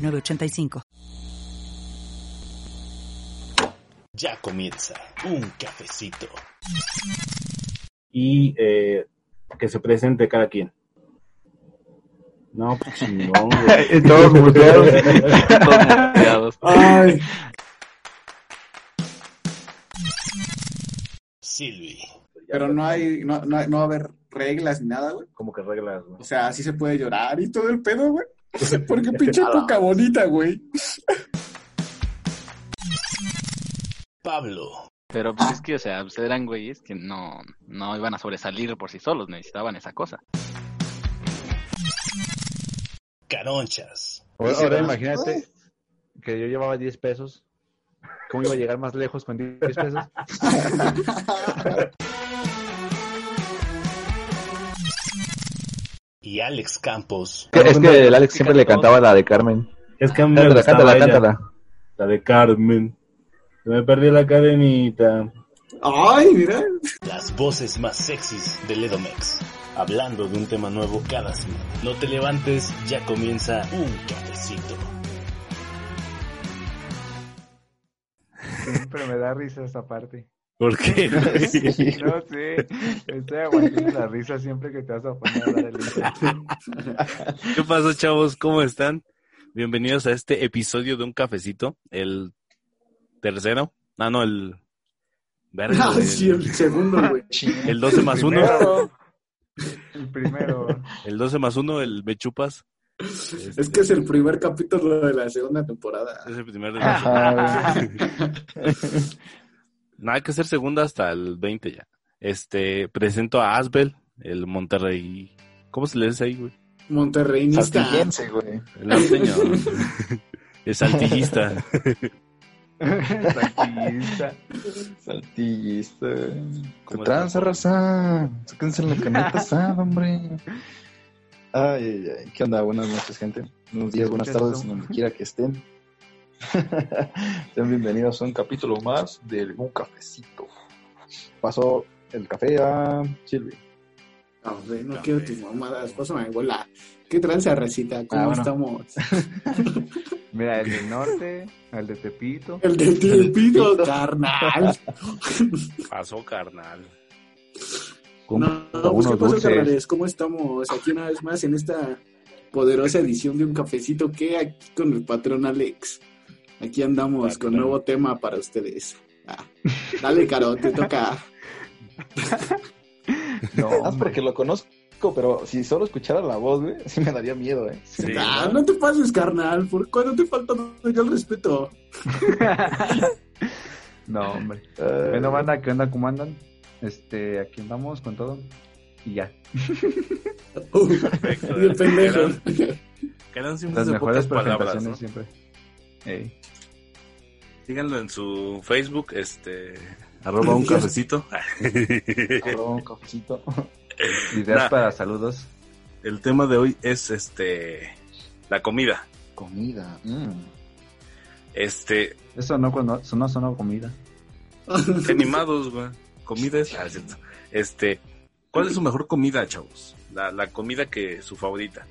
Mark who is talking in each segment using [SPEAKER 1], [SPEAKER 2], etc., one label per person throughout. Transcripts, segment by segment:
[SPEAKER 1] 985.
[SPEAKER 2] Ya comienza un cafecito.
[SPEAKER 3] Y eh, que se presente cada quien. No, pues no.
[SPEAKER 4] Güey. Todos muteados. Todos muteados. Ay.
[SPEAKER 2] Silvi.
[SPEAKER 5] Pero no hay, no, no, no va a haber reglas ni nada, güey.
[SPEAKER 3] Como que reglas,
[SPEAKER 5] güey. O sea, así se puede llorar y todo el pedo, güey. Porque pinche coca bonita, güey.
[SPEAKER 2] Pablo.
[SPEAKER 4] Pero pues es que, o sea, eran güeyes que no, no iban a sobresalir por sí solos, necesitaban esa cosa.
[SPEAKER 2] Caronchas.
[SPEAKER 6] Ahora, ahora imagínate ¿Eh? que yo llevaba 10 pesos. ¿Cómo iba a llegar más lejos con 10 pesos?
[SPEAKER 2] y Alex Campos.
[SPEAKER 6] Es que el Alex siempre le cantaba la de Carmen.
[SPEAKER 3] Es que a mí me
[SPEAKER 6] cántala, cántala,
[SPEAKER 3] ella.
[SPEAKER 6] cántala.
[SPEAKER 3] La de Carmen. Me perdí la cadenita.
[SPEAKER 5] Ay, mira.
[SPEAKER 2] Las voces más sexys de Ledomex. Hablando de un tema nuevo cada semana. No te levantes, ya comienza un cafecito.
[SPEAKER 7] Siempre me da risa esta parte.
[SPEAKER 3] ¿Por qué?
[SPEAKER 5] Ah,
[SPEAKER 7] No sé, estoy aguantando la risa siempre que te vas a poner a hablar el
[SPEAKER 8] ¿Qué pasa, chavos? ¿Cómo están? Bienvenidos a este episodio de Un Cafecito, el tercero. Ah, no, el...
[SPEAKER 5] Verde, no, el... Ah, sí, el segundo, güey.
[SPEAKER 8] El 12 más 1.
[SPEAKER 7] El primero.
[SPEAKER 8] El 12 más 1, el me chupas.
[SPEAKER 5] Este... Es que es el primer capítulo de la segunda temporada.
[SPEAKER 8] Es el primer de la segunda. nada que hacer segunda hasta el 20 ya. Este, presento a Asbel, el Monterrey. ¿Cómo se le dice ahí, güey?
[SPEAKER 5] Monterreyista.
[SPEAKER 4] Saltillense, güey.
[SPEAKER 8] El arteño. el saltillista.
[SPEAKER 7] saltillista.
[SPEAKER 4] Saltillista. ¿Qué tranza, raza? Sáquense la caneta asada, hombre. Ay, ay, ay. ¿Qué onda? Buenas noches, gente. Buenos días, buenas tardes, donde quiera que estén. Sean bienvenidos a un capítulo más de Un Cafecito. Paso el café a Silvi.
[SPEAKER 5] No, no café. quiero tus mamadas, pásame, bola. ¿Qué tranza, recita? ¿Cómo ah, bueno. estamos?
[SPEAKER 7] Mira, el del norte, el de Tepito.
[SPEAKER 5] El de Tepito, carnal.
[SPEAKER 8] Pasó, carnal.
[SPEAKER 5] ¿Cómo? No, pues, ¿qué pasa, carnales? ¿Cómo estamos? Aquí una vez más en esta poderosa edición de Un Cafecito que aquí con el patrón Alex. Aquí andamos con nuevo tema para ustedes. Ah, dale, Caro, te toca.
[SPEAKER 4] No, más Ah, porque lo conozco, pero si solo escuchara la voz, güey, sí me daría miedo, ¿eh?
[SPEAKER 5] Sí, nah, Ah, ¿no? no te pases, carnal. ¿Por cuándo te falta yo el respeto?
[SPEAKER 7] no, hombre.
[SPEAKER 4] Ah.
[SPEAKER 7] Uh... Bueno, banda, ¿qué onda? ¿Cómo andan? Este, aquí andamos con todo. Y ya.
[SPEAKER 5] Uh, Perfecto. Y el pendejo.
[SPEAKER 8] este, Quedan, quedan
[SPEAKER 7] Las mejores
[SPEAKER 8] palabras,
[SPEAKER 7] ¿no? siempre. Hey.
[SPEAKER 8] Síganlo en su Facebook, este, arroba un cafecito.
[SPEAKER 4] arroba un cafecito.
[SPEAKER 7] Ideas nah, para saludos.
[SPEAKER 8] El tema de hoy es este la comida.
[SPEAKER 4] Comida. Mm.
[SPEAKER 8] Este.
[SPEAKER 7] Eso no, eso no sonó comida.
[SPEAKER 8] Animados, güey. Comida es. Ah, es este. ¿Cuál es su mejor comida, chavos? La, la comida que su favorita.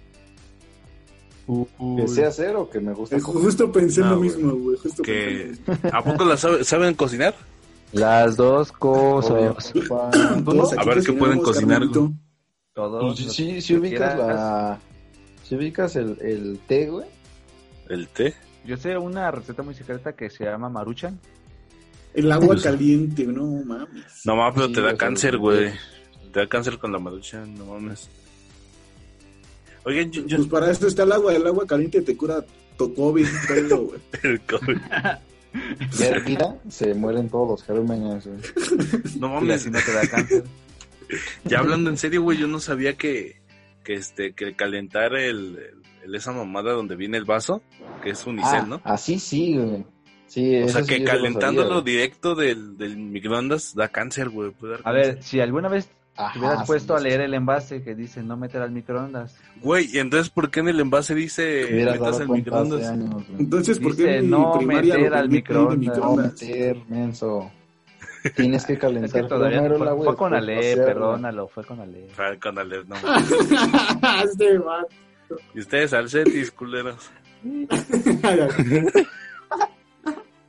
[SPEAKER 4] Que sea hacer o que me gusta
[SPEAKER 5] es, Eh, Justo pensé no, lo güey. mismo, güey. Justo
[SPEAKER 8] que... ¿A poco las sabe, saben cocinar?
[SPEAKER 6] Las dos cosas. Pues
[SPEAKER 8] Todos a ver qué pueden cocinar.
[SPEAKER 4] Todos. Pues Si, si, si ubicas la... Si ubicas el, el, té, güey.
[SPEAKER 8] ¿El té?
[SPEAKER 7] Yo sé una receta muy secreta que se llama maruchan.
[SPEAKER 5] El agua pues... caliente, no mames.
[SPEAKER 8] No mames, pero sí, te da cáncer, sea, güey. Te da cáncer con la maruchan, no mames.
[SPEAKER 5] Oigan, yo, yo... Pues para esto está el agua, el agua caliente te cura tu COVID,
[SPEAKER 8] todo, güey. el COVID.
[SPEAKER 4] Y hervida se mueren todos los gérmenes, güey.
[SPEAKER 8] No mames.
[SPEAKER 7] Si no te da cáncer.
[SPEAKER 8] ya hablando en serio, güey, yo no sabía que, que este, que calentar el, el, el- esa mamada donde viene el vaso, que es unicel,
[SPEAKER 4] Ah,
[SPEAKER 8] ¿no?
[SPEAKER 4] Así sí, güey. Sí,
[SPEAKER 8] O
[SPEAKER 4] eso
[SPEAKER 8] sea,
[SPEAKER 4] sí
[SPEAKER 8] que
[SPEAKER 4] yo se lo
[SPEAKER 8] calentándolo
[SPEAKER 4] sabía, güey.
[SPEAKER 8] directo del, del microondas da cáncer, güey. puede dar
[SPEAKER 6] A
[SPEAKER 8] cáncer.
[SPEAKER 6] ver, si alguna vez
[SPEAKER 4] Ajá,
[SPEAKER 6] te hubieras
[SPEAKER 4] Ah, sí,
[SPEAKER 6] puesto a
[SPEAKER 4] sí,
[SPEAKER 6] leer el envase que dice no meter al microondas.
[SPEAKER 8] Güey, ¿y entonces, ¿por qué en el envase
[SPEAKER 4] sí.
[SPEAKER 8] dice
[SPEAKER 4] Te hubieras
[SPEAKER 8] metas
[SPEAKER 4] dado
[SPEAKER 8] el
[SPEAKER 4] cuenta hace
[SPEAKER 8] microondas?
[SPEAKER 4] años, güey.
[SPEAKER 5] Entonces, ¿por qué
[SPEAKER 6] Dice,
[SPEAKER 5] en mi
[SPEAKER 6] no
[SPEAKER 5] primaria
[SPEAKER 6] meter
[SPEAKER 5] lo
[SPEAKER 6] al
[SPEAKER 5] permiten en el
[SPEAKER 6] microondas.
[SPEAKER 4] No
[SPEAKER 5] microondas?
[SPEAKER 4] meter, menso. Tienes que calentar
[SPEAKER 6] Es que todavía
[SPEAKER 4] primero el
[SPEAKER 6] fue,
[SPEAKER 4] agua y
[SPEAKER 6] fue con
[SPEAKER 4] después
[SPEAKER 6] Ale,
[SPEAKER 4] vaciarla.
[SPEAKER 6] perdónalo, fue con Ale.
[SPEAKER 8] Ah, con Aleph, no.
[SPEAKER 5] Este va.
[SPEAKER 8] y ustedes al Cetis, culeros.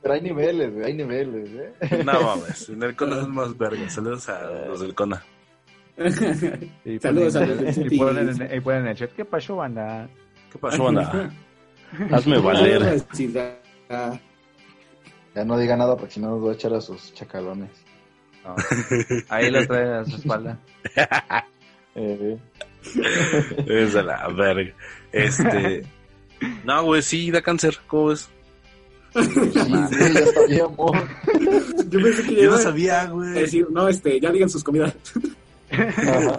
[SPEAKER 4] Pero hay niveles, güey, hay niveles, ¿eh?
[SPEAKER 8] No mames, en el Cona es más verga. Saludos a los del Cona.
[SPEAKER 6] Y
[SPEAKER 5] Saludos
[SPEAKER 6] ponen-
[SPEAKER 5] a los
[SPEAKER 6] y ponen en- y ponen en el chat, ¿qué pasó, banda?
[SPEAKER 8] ¿Qué pasó, banda? Hazme valer.
[SPEAKER 5] Sí, da- da-
[SPEAKER 4] Ya no diga nada porque si no nos va a echar a sus chacalones.
[SPEAKER 6] No. Ahí lo trae a su espalda.
[SPEAKER 4] Eh,
[SPEAKER 8] Es de la verga. Este. No, güey, sí, da cáncer. ¿Cómo ves?
[SPEAKER 4] sí, güey, ya sabíamos.
[SPEAKER 5] Yo pensé que
[SPEAKER 8] Yo no
[SPEAKER 5] iba
[SPEAKER 8] sabía,
[SPEAKER 5] a
[SPEAKER 8] güey. eh,
[SPEAKER 5] decir, no, este, ya digan sus comidas.
[SPEAKER 4] Ajá.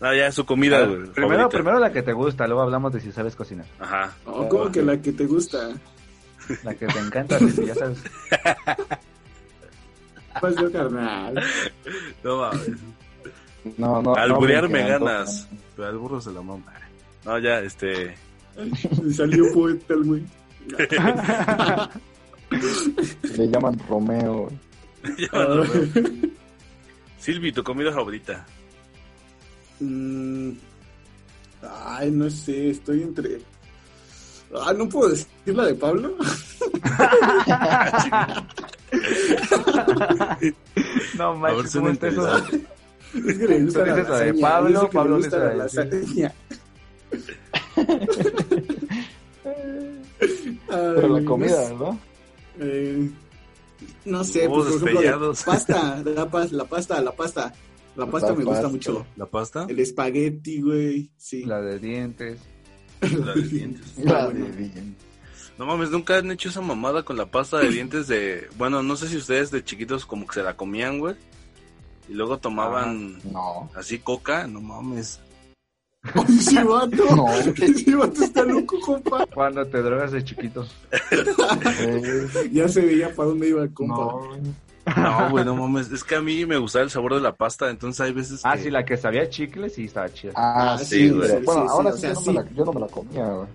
[SPEAKER 8] No, ya su comida, güey.
[SPEAKER 6] Primero,
[SPEAKER 8] favorita.
[SPEAKER 6] primero la que te gusta, luego hablamos de si sabes cocinar.
[SPEAKER 8] Ajá.
[SPEAKER 6] Ah,
[SPEAKER 5] No, como que la que te gusta.
[SPEAKER 6] La que te encanta, si ya sabes.
[SPEAKER 5] Pues yo, carnal.
[SPEAKER 8] No mames.
[SPEAKER 4] No, no.
[SPEAKER 8] Alburear
[SPEAKER 4] no,
[SPEAKER 8] me
[SPEAKER 4] encantó,
[SPEAKER 8] ganas. Pero al burro se la mama. No, ya, este.
[SPEAKER 5] Y Salió poeta el güey.
[SPEAKER 4] Le llaman Romeo. güey.
[SPEAKER 8] Ya, no, güey. Silvi, tu comida favorita.
[SPEAKER 5] Mm, Ay, no sé, estoy entre. Ah, no puedo decir la de Pablo.
[SPEAKER 6] No
[SPEAKER 8] A ver,
[SPEAKER 6] manches,
[SPEAKER 8] suena
[SPEAKER 6] ¿cómo está eso?
[SPEAKER 8] interesante.
[SPEAKER 5] Es que le gusta
[SPEAKER 6] Tú
[SPEAKER 5] la
[SPEAKER 6] dices la de
[SPEAKER 5] lasaña,
[SPEAKER 6] Pablo,
[SPEAKER 5] dice que le
[SPEAKER 6] Pablo
[SPEAKER 5] gusta
[SPEAKER 6] dice
[SPEAKER 5] la
[SPEAKER 6] la de-
[SPEAKER 5] lasaña.
[SPEAKER 4] Pero
[SPEAKER 5] Ay,
[SPEAKER 4] la
[SPEAKER 5] no
[SPEAKER 4] comida, ¿no?
[SPEAKER 5] Eh, no sé,
[SPEAKER 8] Huevos
[SPEAKER 5] pues, por ejemplo, la
[SPEAKER 8] estrellados.
[SPEAKER 5] pasta, la, pas- la pasta, la pasta, la pasta
[SPEAKER 4] La
[SPEAKER 5] me gusta
[SPEAKER 4] pasta.
[SPEAKER 5] mucho.
[SPEAKER 8] ¿La pasta?
[SPEAKER 5] El espagueti, güey, sí.
[SPEAKER 6] La de dientes.
[SPEAKER 8] La de dientes.
[SPEAKER 4] La de bien.
[SPEAKER 8] No mames, nunca han hecho esa mamada con la pasta de dientes de... Bueno, no sé si ustedes de chiquitos como que se la comían, güey. Y luego tomaban
[SPEAKER 4] No.
[SPEAKER 8] así coca. No mames.
[SPEAKER 5] Ay, sí, vato.
[SPEAKER 4] No.
[SPEAKER 5] Sí, vato está loco, compa.
[SPEAKER 6] Cuando te drogas de chiquito.
[SPEAKER 4] eh,
[SPEAKER 5] Ya se veía para dónde iba el compa.
[SPEAKER 4] no, güey.
[SPEAKER 8] No, güey, no mames. Es que a mí me gustaba el sabor de la pasta, entonces hay veces
[SPEAKER 6] Ah,
[SPEAKER 8] que...
[SPEAKER 6] sí, la que sabía chicle, sí, estaba chida.
[SPEAKER 4] Ah,
[SPEAKER 5] Ah,
[SPEAKER 4] sí,
[SPEAKER 8] sí, güey.
[SPEAKER 4] pero
[SPEAKER 5] Sí,
[SPEAKER 4] Bueno,
[SPEAKER 5] sí,
[SPEAKER 4] ahora
[SPEAKER 5] sí,
[SPEAKER 4] sí,
[SPEAKER 5] o
[SPEAKER 4] yo, no
[SPEAKER 5] sea, sí.
[SPEAKER 4] Me la, yo no me la comía, güey.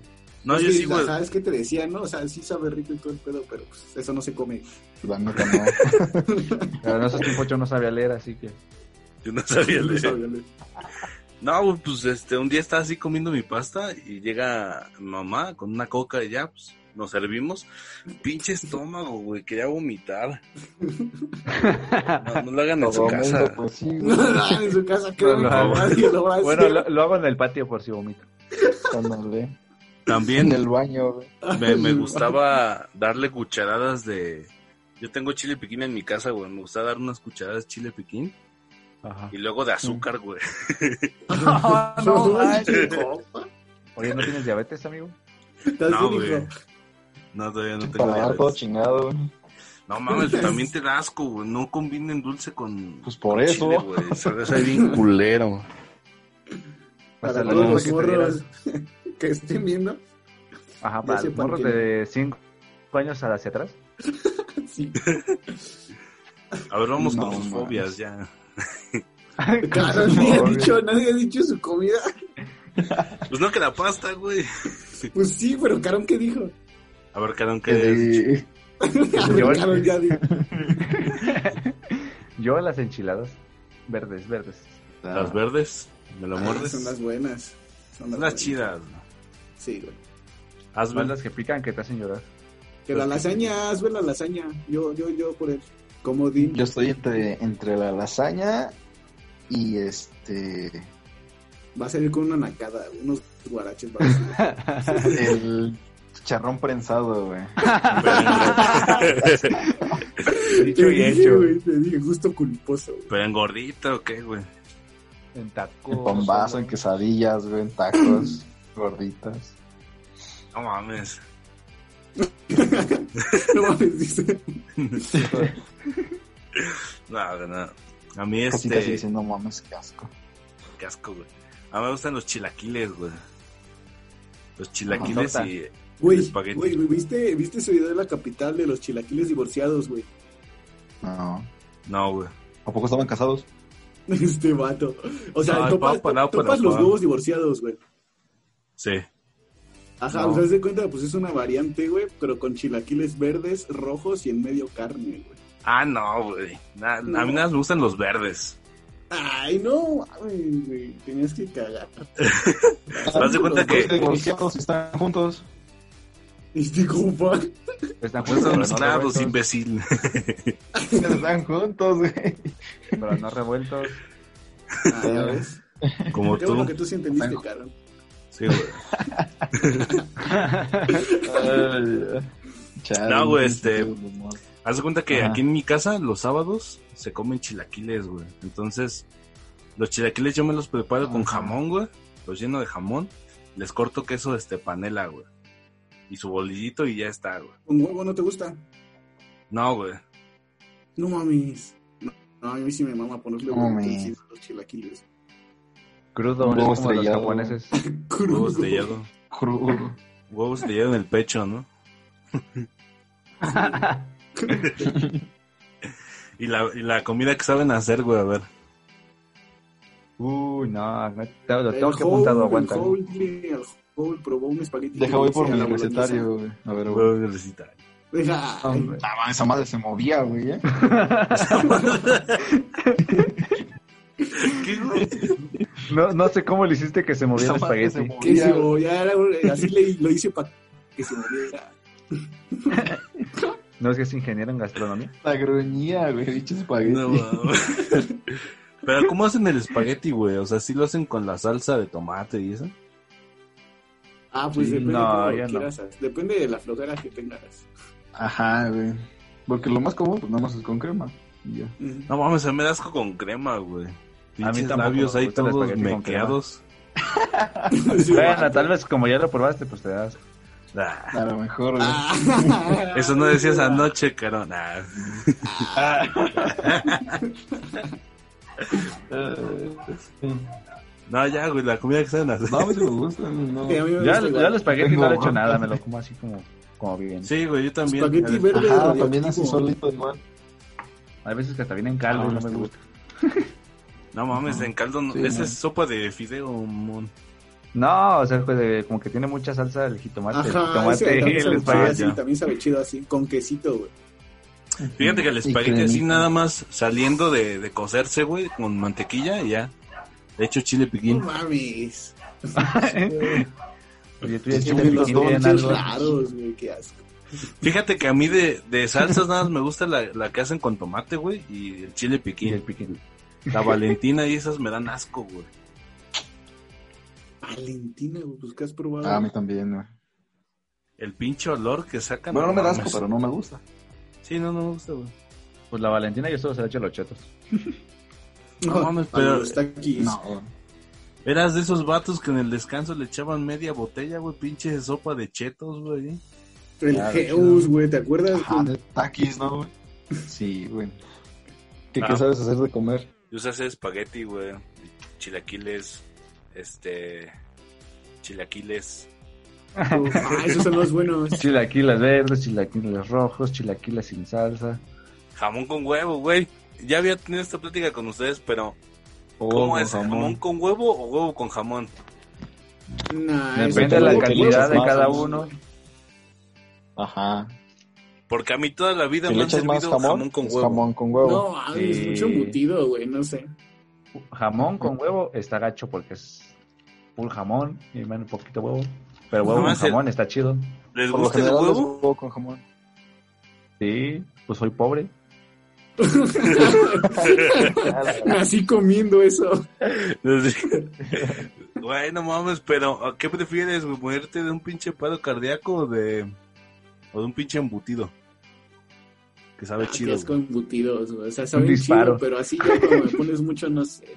[SPEAKER 8] No,
[SPEAKER 5] Es
[SPEAKER 8] yo
[SPEAKER 5] que,
[SPEAKER 8] sí, güey.
[SPEAKER 5] ¿Sabes qué te decía, no? O sea, sí sabe rico y todo el pedo, pero pues eso no se come.
[SPEAKER 4] La neta no.
[SPEAKER 6] Pero en esos tiempos yo no sabía leer, así que...
[SPEAKER 8] Yo no sabía
[SPEAKER 5] No
[SPEAKER 8] leer.
[SPEAKER 5] sabía leer.
[SPEAKER 8] No, güey, pues este, un día estaba así comiendo mi pasta y llega mi mamá con una coca y ya, pues nos servimos. Pinche estómago, güey, quería vomitar. No, no lo hagan en su
[SPEAKER 4] Todo mundo,
[SPEAKER 8] casa.
[SPEAKER 4] pues sí,
[SPEAKER 5] No,
[SPEAKER 4] güey.
[SPEAKER 5] no, en su casa, creo que
[SPEAKER 6] No, no.
[SPEAKER 5] nadie lo va a
[SPEAKER 6] Bueno,
[SPEAKER 5] hacer.
[SPEAKER 6] lo, lo hago en el patio por si vomito.
[SPEAKER 4] Cuando le- En
[SPEAKER 8] También
[SPEAKER 4] el baño, güey.
[SPEAKER 8] Me, me gustaba darle cucharadas de. Yo tengo chile piquín en mi casa, güey. Me gustaba dar unas cucharadas de chile piquín
[SPEAKER 6] Ajá.
[SPEAKER 8] y luego de azúcar, güey.
[SPEAKER 5] No, manches, compa.
[SPEAKER 6] Oye, ¿no tienes diabetes, amigo?
[SPEAKER 5] Estás
[SPEAKER 8] No,
[SPEAKER 5] bien,
[SPEAKER 8] güey.
[SPEAKER 5] hijo.
[SPEAKER 8] No, todavía no tengo
[SPEAKER 4] Para dar todo
[SPEAKER 8] diabetes.
[SPEAKER 4] chingado, güey.
[SPEAKER 8] No mames, también te da asco, güey. No combinen dulce con.
[SPEAKER 4] Pues por
[SPEAKER 8] con
[SPEAKER 4] eso.
[SPEAKER 8] chile, güey. Sabe sabe bien culero.
[SPEAKER 5] Para
[SPEAKER 6] Pásale,
[SPEAKER 5] todos
[SPEAKER 6] ¿no?
[SPEAKER 5] los
[SPEAKER 6] Que te dieras-
[SPEAKER 5] morros que estén viendo.
[SPEAKER 6] Ajá,
[SPEAKER 5] Ya
[SPEAKER 6] para los
[SPEAKER 5] sepan
[SPEAKER 6] morros
[SPEAKER 5] que-
[SPEAKER 6] de 5 años hacia atrás.
[SPEAKER 5] Sí.
[SPEAKER 8] A ver, vamos
[SPEAKER 4] No
[SPEAKER 8] con sus
[SPEAKER 4] mames.
[SPEAKER 8] fobias ya.
[SPEAKER 5] Claro, nadie ha dicho, nadie ha dicho su comida.
[SPEAKER 8] Pues no, que la pasta, güey.
[SPEAKER 5] Pues sí, pero Carón, ¿qué dijo?
[SPEAKER 8] A ver, Karen, ¿qué es?
[SPEAKER 4] Sí.
[SPEAKER 5] Pero Carón ya dijo.
[SPEAKER 6] Yo las enchiladas verdes, verdes.
[SPEAKER 8] Las verdes, me la
[SPEAKER 5] Ah,
[SPEAKER 8] muerdes.
[SPEAKER 5] son las buenas.
[SPEAKER 8] Son
[SPEAKER 5] Son buenas.
[SPEAKER 8] las chidas. ¿no?
[SPEAKER 5] Sí, güey.
[SPEAKER 8] Hazme
[SPEAKER 6] Más las que pican que te hacen llorar.
[SPEAKER 5] Que la lasaña, haz güey, la lasaña. Yo, yo, yo por el comodín.
[SPEAKER 4] Yo estoy entre, entre la lasaña y este
[SPEAKER 5] Va a salir con una nacada, unos guaraches. va a salir.
[SPEAKER 4] el chicharrón prensado, güey.
[SPEAKER 6] Dicho y
[SPEAKER 5] Te dije,
[SPEAKER 6] hecho.
[SPEAKER 5] güey, te dije, gusto culposo. güey.
[SPEAKER 8] Pero engordita o qué, güey.
[SPEAKER 6] En
[SPEAKER 4] En
[SPEAKER 6] tacos.
[SPEAKER 4] bombazo, en quesadillas, güey, en tacos, gorditas.
[SPEAKER 8] No mames.
[SPEAKER 5] No mames, dice.
[SPEAKER 8] No, no, no. A mí
[SPEAKER 4] Casi
[SPEAKER 8] este.
[SPEAKER 4] casi diciendo, mames, qué asco.
[SPEAKER 8] Qué asco, güey. A mí me gustan los chilaquiles, güey. Los chilaquiles
[SPEAKER 7] Ajá.
[SPEAKER 8] y el
[SPEAKER 5] Güey,
[SPEAKER 8] espagueti.
[SPEAKER 5] güey, güey, ¿viste, ¿viste su video de la capital de los chilaquiles divorciados, güey?
[SPEAKER 4] No.
[SPEAKER 8] No, güey.
[SPEAKER 4] ¿A poco estaban casados?
[SPEAKER 5] Este vato. O sea,
[SPEAKER 8] No, el
[SPEAKER 5] topas,
[SPEAKER 8] papa, no, pero
[SPEAKER 5] topas los
[SPEAKER 8] pa.
[SPEAKER 5] huevos divorciados, güey.
[SPEAKER 8] Sí.
[SPEAKER 5] Ajá,
[SPEAKER 4] No.
[SPEAKER 5] o sea, haz de cuenta, pues es una variante, güey, pero con chilaquiles verdes, rojos y en medio carne, güey.
[SPEAKER 8] Ah, no, güey. Na-
[SPEAKER 5] No.
[SPEAKER 8] A mí nada más me gustan los verdes.
[SPEAKER 5] Ay, no, mames, güey, tenías que cagar.
[SPEAKER 8] das de cuenta que-
[SPEAKER 4] Los divorciados están juntos.
[SPEAKER 5] Este compa.
[SPEAKER 7] Están
[SPEAKER 8] No
[SPEAKER 7] juntos, pero
[SPEAKER 8] son
[SPEAKER 7] no
[SPEAKER 8] mezclados,
[SPEAKER 7] revueltos,
[SPEAKER 8] imbécil.
[SPEAKER 4] Están juntos, güey.
[SPEAKER 7] pero no revueltos.
[SPEAKER 5] Ah, ya ves.
[SPEAKER 8] Como
[SPEAKER 5] Qué bueno que
[SPEAKER 8] tú.
[SPEAKER 5] tú sí entendiste, caro.
[SPEAKER 8] Sí, güey. No, güey, este, Haz de cuenta que
[SPEAKER 4] Ajá.
[SPEAKER 8] aquí en mi casa, los sábados, se comen chilaquiles, güey. Entonces, los chilaquiles yo me los preparo con
[SPEAKER 4] Ajá.
[SPEAKER 8] jamón, güey. Los lleno de jamón. Les corto queso, este, panela, güey. Y su bolillito y ya está, güey.
[SPEAKER 5] ¿Un huevo no te gusta?
[SPEAKER 8] No, güey.
[SPEAKER 5] No mames. No, no, a mí sí me mama ponerle
[SPEAKER 4] No
[SPEAKER 5] huevo
[SPEAKER 4] mames.
[SPEAKER 5] encima a los chilaquiles.
[SPEAKER 6] Crudo,
[SPEAKER 4] Un
[SPEAKER 6] es
[SPEAKER 4] huevo
[SPEAKER 6] como los
[SPEAKER 4] estrellado.
[SPEAKER 6] japoneses.
[SPEAKER 8] Huevo
[SPEAKER 5] Crudo.
[SPEAKER 8] estrellado.
[SPEAKER 4] Crudo.
[SPEAKER 8] Huevo estrellado en el pecho, ¿no? y, la, y la comida que saben hacer, güey, a ver.
[SPEAKER 7] Uy, no, no te- lo
[SPEAKER 5] El
[SPEAKER 7] tengo que apuntado,
[SPEAKER 5] Howl,
[SPEAKER 7] aguanta.
[SPEAKER 5] El Howl, dile al Howl, probó un espagueti.
[SPEAKER 4] Deja voy
[SPEAKER 5] que
[SPEAKER 4] por
[SPEAKER 5] decía
[SPEAKER 4] mi
[SPEAKER 5] la boloñesa.
[SPEAKER 4] recetario, güey. A ver, güey.
[SPEAKER 8] Huevo de recita.
[SPEAKER 5] Deja.
[SPEAKER 7] Hombre.
[SPEAKER 4] Ah, man, esa madre se movía, güey. ¿eh?
[SPEAKER 8] ¿Qué, güey?
[SPEAKER 6] No, no sé cómo le hiciste que se moviera
[SPEAKER 4] Esa
[SPEAKER 6] el
[SPEAKER 4] madre se
[SPEAKER 6] espagueti.
[SPEAKER 5] Que
[SPEAKER 4] movía.
[SPEAKER 5] se
[SPEAKER 4] güey.
[SPEAKER 5] ya era, un- así le, lo hice para que se moviera.
[SPEAKER 6] No es que es ingeniero en gastronomía.
[SPEAKER 4] La gruñía, güey. Dicho espagueti.
[SPEAKER 8] No, mames. Pero ¿cómo hacen el espagueti, güey? O sea, ¿sí lo hacen con la salsa de tomate y eso?
[SPEAKER 5] Ah, pues
[SPEAKER 7] Sí,
[SPEAKER 5] depende
[SPEAKER 7] no,
[SPEAKER 5] de
[SPEAKER 7] yo
[SPEAKER 5] cómo
[SPEAKER 7] no.
[SPEAKER 5] quieras. Depende de la flojera que tengas.
[SPEAKER 4] Ajá, güey. Porque lo más común, pues nada más es con crema. Y ya.
[SPEAKER 5] Ujú.
[SPEAKER 8] No mames, se me das con crema, güey. Pinches
[SPEAKER 7] tampoco
[SPEAKER 8] labios
[SPEAKER 7] me
[SPEAKER 8] ahí
[SPEAKER 7] gusta el
[SPEAKER 8] todos
[SPEAKER 7] espagueti con crema.
[SPEAKER 8] mequeados.
[SPEAKER 5] Sí,
[SPEAKER 7] Bueno,
[SPEAKER 5] vato.
[SPEAKER 7] tal vez como ya lo probaste, pues te das.
[SPEAKER 8] Ah,
[SPEAKER 4] A lo mejor, güey.
[SPEAKER 5] Ah.
[SPEAKER 8] eso no decías anoche, carón. Ah,
[SPEAKER 4] Eh, sí.
[SPEAKER 8] No, ya, güey, la comida que saben hacer.
[SPEAKER 4] No, a mí sí me gusta. No.
[SPEAKER 5] Sí, a mí me
[SPEAKER 7] Ya,
[SPEAKER 5] gusta
[SPEAKER 7] ya
[SPEAKER 5] igual.
[SPEAKER 7] el espagueti
[SPEAKER 4] Tengo
[SPEAKER 7] no le he hecho
[SPEAKER 4] hambre.
[SPEAKER 7] nada, me lo como así como, como bien.
[SPEAKER 8] Sí, güey, yo también.
[SPEAKER 5] Espagueti
[SPEAKER 8] A ver,
[SPEAKER 5] verde
[SPEAKER 4] Ajá,
[SPEAKER 5] radioactivo.
[SPEAKER 4] también así solito, igual.
[SPEAKER 7] Hay veces que hasta vienen caldo
[SPEAKER 4] Ah,
[SPEAKER 7] y no
[SPEAKER 4] este
[SPEAKER 7] me gusta.
[SPEAKER 8] No mames, en caldo no.
[SPEAKER 4] Sí,
[SPEAKER 8] Esa
[SPEAKER 4] no.
[SPEAKER 8] es sopa de fideo, mon.
[SPEAKER 7] No, o sea, pues, de- como que tiene mucha salsa el jitomate, el
[SPEAKER 5] Ajá, ese
[SPEAKER 7] jitomate y
[SPEAKER 5] también
[SPEAKER 7] el
[SPEAKER 5] sabe chido
[SPEAKER 7] espagueti.
[SPEAKER 5] así,
[SPEAKER 8] espagueti.
[SPEAKER 5] también sabe chido así, con quesito, güey.
[SPEAKER 8] Fíjate que el
[SPEAKER 4] Y
[SPEAKER 8] espagueti así
[SPEAKER 4] cremita.
[SPEAKER 8] nada más saliendo de, de cocerse, güey, con mantequilla y ya. De hecho, chile
[SPEAKER 5] No
[SPEAKER 8] piquín.
[SPEAKER 5] mames.
[SPEAKER 7] Oye, tú ya
[SPEAKER 5] Qué
[SPEAKER 7] chile
[SPEAKER 5] buenos
[SPEAKER 7] piquín tienen
[SPEAKER 5] dulces
[SPEAKER 7] algo.
[SPEAKER 5] raros, güey, qué asco.
[SPEAKER 8] Fíjate que a mí de, de salsas nada más me gusta la, la que hacen con tomate, güey, y el chile
[SPEAKER 7] Y el
[SPEAKER 8] piquín.
[SPEAKER 7] piquín.
[SPEAKER 8] La Valentina y esas me dan asco, güey.
[SPEAKER 5] Valentina, güey, pues que has probado.
[SPEAKER 4] Ah, a mí también, güey.
[SPEAKER 8] El pinche olor que sacan.
[SPEAKER 4] Bueno, no me da asco,
[SPEAKER 8] mames.
[SPEAKER 4] pero no me gusta.
[SPEAKER 8] Sí, no, no me gusta, güey.
[SPEAKER 7] Pues la Valentina yo solo se la echo a los chetos.
[SPEAKER 8] no mames,
[SPEAKER 5] a los
[SPEAKER 8] pero-
[SPEAKER 5] taquis.
[SPEAKER 4] No, güey.
[SPEAKER 8] Eras de esos vatos que en el descanso le echaban media botella, güey, pinche sopa de chetos, güey.
[SPEAKER 5] El
[SPEAKER 4] Claro,
[SPEAKER 5] Geus, güey, ¿te acuerdas?
[SPEAKER 4] Ajá, de taquis, ¿no, güey? Sí, güey. ¿Qué,
[SPEAKER 8] Ah.
[SPEAKER 4] ¿Qué sabes hacer de comer?
[SPEAKER 8] Yo usé hacer espagueti, güey. Chilaquiles, este... Chilaquiles.
[SPEAKER 5] Uf, ah, esos son los buenos.
[SPEAKER 7] Chilaquiles verdes, chilaquiles rojos, chilaquiles sin salsa.
[SPEAKER 8] Jamón con huevo, güey. Ya había tenido esta plática con ustedes, pero... ¿Cómo
[SPEAKER 4] Ojo,
[SPEAKER 8] es? Jamón. con huevo o huevo con jamón?
[SPEAKER 5] Nah,
[SPEAKER 7] Depende de
[SPEAKER 5] esos-
[SPEAKER 7] la
[SPEAKER 4] Lo que le
[SPEAKER 7] cantidad
[SPEAKER 4] echas
[SPEAKER 7] de
[SPEAKER 4] más,
[SPEAKER 7] cada
[SPEAKER 4] ¿no?
[SPEAKER 7] uno.
[SPEAKER 4] Ajá.
[SPEAKER 8] Porque a mí toda la vida
[SPEAKER 4] Si
[SPEAKER 8] me
[SPEAKER 4] le
[SPEAKER 8] han
[SPEAKER 4] echas
[SPEAKER 8] servido
[SPEAKER 4] más jamón,
[SPEAKER 8] con
[SPEAKER 4] es
[SPEAKER 8] huevo.
[SPEAKER 4] jamón con huevo.
[SPEAKER 5] No, ah, es mucho
[SPEAKER 7] Sí.
[SPEAKER 5] embutido, güey, no sé.
[SPEAKER 7] Jamón con huevo está gacho porque es full jamón y menos un poquito huevo. Pero
[SPEAKER 8] No,
[SPEAKER 7] huevo con
[SPEAKER 8] más el-
[SPEAKER 7] jamón está chido.
[SPEAKER 8] ¿Les
[SPEAKER 4] Por lo
[SPEAKER 8] gusta el
[SPEAKER 4] general es
[SPEAKER 8] huevo?
[SPEAKER 4] huevo con jamón.
[SPEAKER 7] Sí, pues soy pobre.
[SPEAKER 5] Nací comiendo eso.
[SPEAKER 8] Güey, no mames, pero ¿a ¿qué prefieres, güey? ¿Muerte de un pinche paro cardíaco o de, o de un pinche embutido? Que sabe
[SPEAKER 5] Ah, qué
[SPEAKER 8] chido.
[SPEAKER 5] asco
[SPEAKER 8] güey.
[SPEAKER 5] embutidos, güey. O sea,
[SPEAKER 7] Un
[SPEAKER 5] saben
[SPEAKER 7] disparo.
[SPEAKER 5] chido, pero así ya cuando me pones mucho, no sé.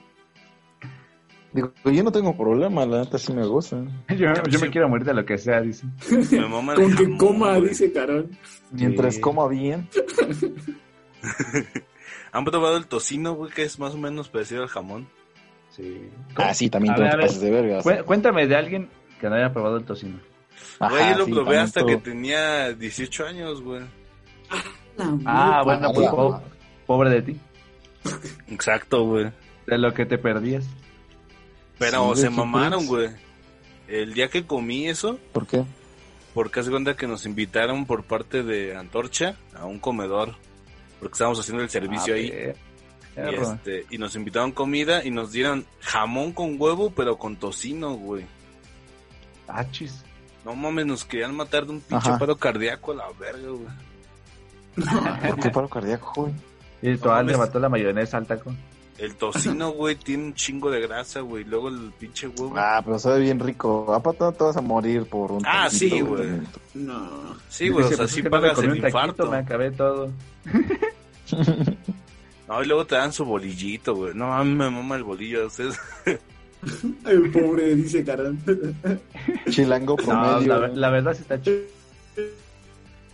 [SPEAKER 4] Digo, yo no tengo problema, la neta sí me gusta.
[SPEAKER 7] Yo, yo
[SPEAKER 8] Sí.
[SPEAKER 7] me quiero morir de lo que sea, dice.
[SPEAKER 8] Me mama el
[SPEAKER 5] Con que
[SPEAKER 8] jamón,
[SPEAKER 5] coma,
[SPEAKER 8] güey.
[SPEAKER 5] dice Carón.
[SPEAKER 4] Mientras
[SPEAKER 7] Sí.
[SPEAKER 4] coma bien.
[SPEAKER 8] ¿Han probado el tocino, güey? Que es más o menos parecido al jamón.
[SPEAKER 7] Sí.
[SPEAKER 4] Ah, sí, también
[SPEAKER 7] A
[SPEAKER 4] tú no
[SPEAKER 7] ver,
[SPEAKER 4] te
[SPEAKER 7] a ver.
[SPEAKER 4] pases de verga. o sea.
[SPEAKER 7] Cué- Cuéntame de alguien que no haya probado el tocino.
[SPEAKER 8] Güey, yo lo probé hasta que tenía 18 años, güey.
[SPEAKER 6] Ah, bueno, pues po- pobre de ti.
[SPEAKER 8] Exacto, güey.
[SPEAKER 6] De lo que te perdías.
[SPEAKER 8] Pero
[SPEAKER 4] Sí, pues.
[SPEAKER 8] se
[SPEAKER 4] güey, ¿qué
[SPEAKER 8] mamaron,
[SPEAKER 4] crees?
[SPEAKER 8] güey. El día que comí eso,
[SPEAKER 4] ¿Por qué?
[SPEAKER 8] porque hace cuenta que nos invitaron por parte de Antorcha a un comedor, porque estábamos haciendo el servicio
[SPEAKER 6] Ah,
[SPEAKER 8] ahí. Y,
[SPEAKER 6] perro.
[SPEAKER 8] este, y nos invitaron comida y nos dieron jamón con huevo, pero con tocino, güey.
[SPEAKER 6] Ah, chis.
[SPEAKER 8] No mames, nos querían matar de un pinche
[SPEAKER 4] Ajá.
[SPEAKER 8] paro cardíaco a la verga, güey.
[SPEAKER 4] ¿Por qué paro cardíaco, güey?
[SPEAKER 6] Y todavía le
[SPEAKER 8] mames.
[SPEAKER 6] mató la mayonesa al taco.
[SPEAKER 8] El tocino, güey, tiene un chingo de grasa, güey. Luego el pinche huevo.
[SPEAKER 4] Ah, pero sabe bien rico. Aparte, te vas a morir por un.
[SPEAKER 8] Ah,
[SPEAKER 4] taquito,
[SPEAKER 8] sí, güey.
[SPEAKER 4] también.
[SPEAKER 5] No.
[SPEAKER 8] sí, güey, o
[SPEAKER 6] Dice,
[SPEAKER 8] sea,
[SPEAKER 6] pues,
[SPEAKER 8] sí
[SPEAKER 6] es que no me
[SPEAKER 8] pagas
[SPEAKER 6] comí
[SPEAKER 8] el
[SPEAKER 6] un taquito,
[SPEAKER 8] infarto.
[SPEAKER 6] Me acabé todo.
[SPEAKER 8] No, y luego te dan su bolillito, güey. No mames, me mama el bolillo. Ustedes
[SPEAKER 5] El pobre dice Carán.
[SPEAKER 4] Chilango
[SPEAKER 6] No,
[SPEAKER 4] promedio.
[SPEAKER 6] la, la verdad sí está chido.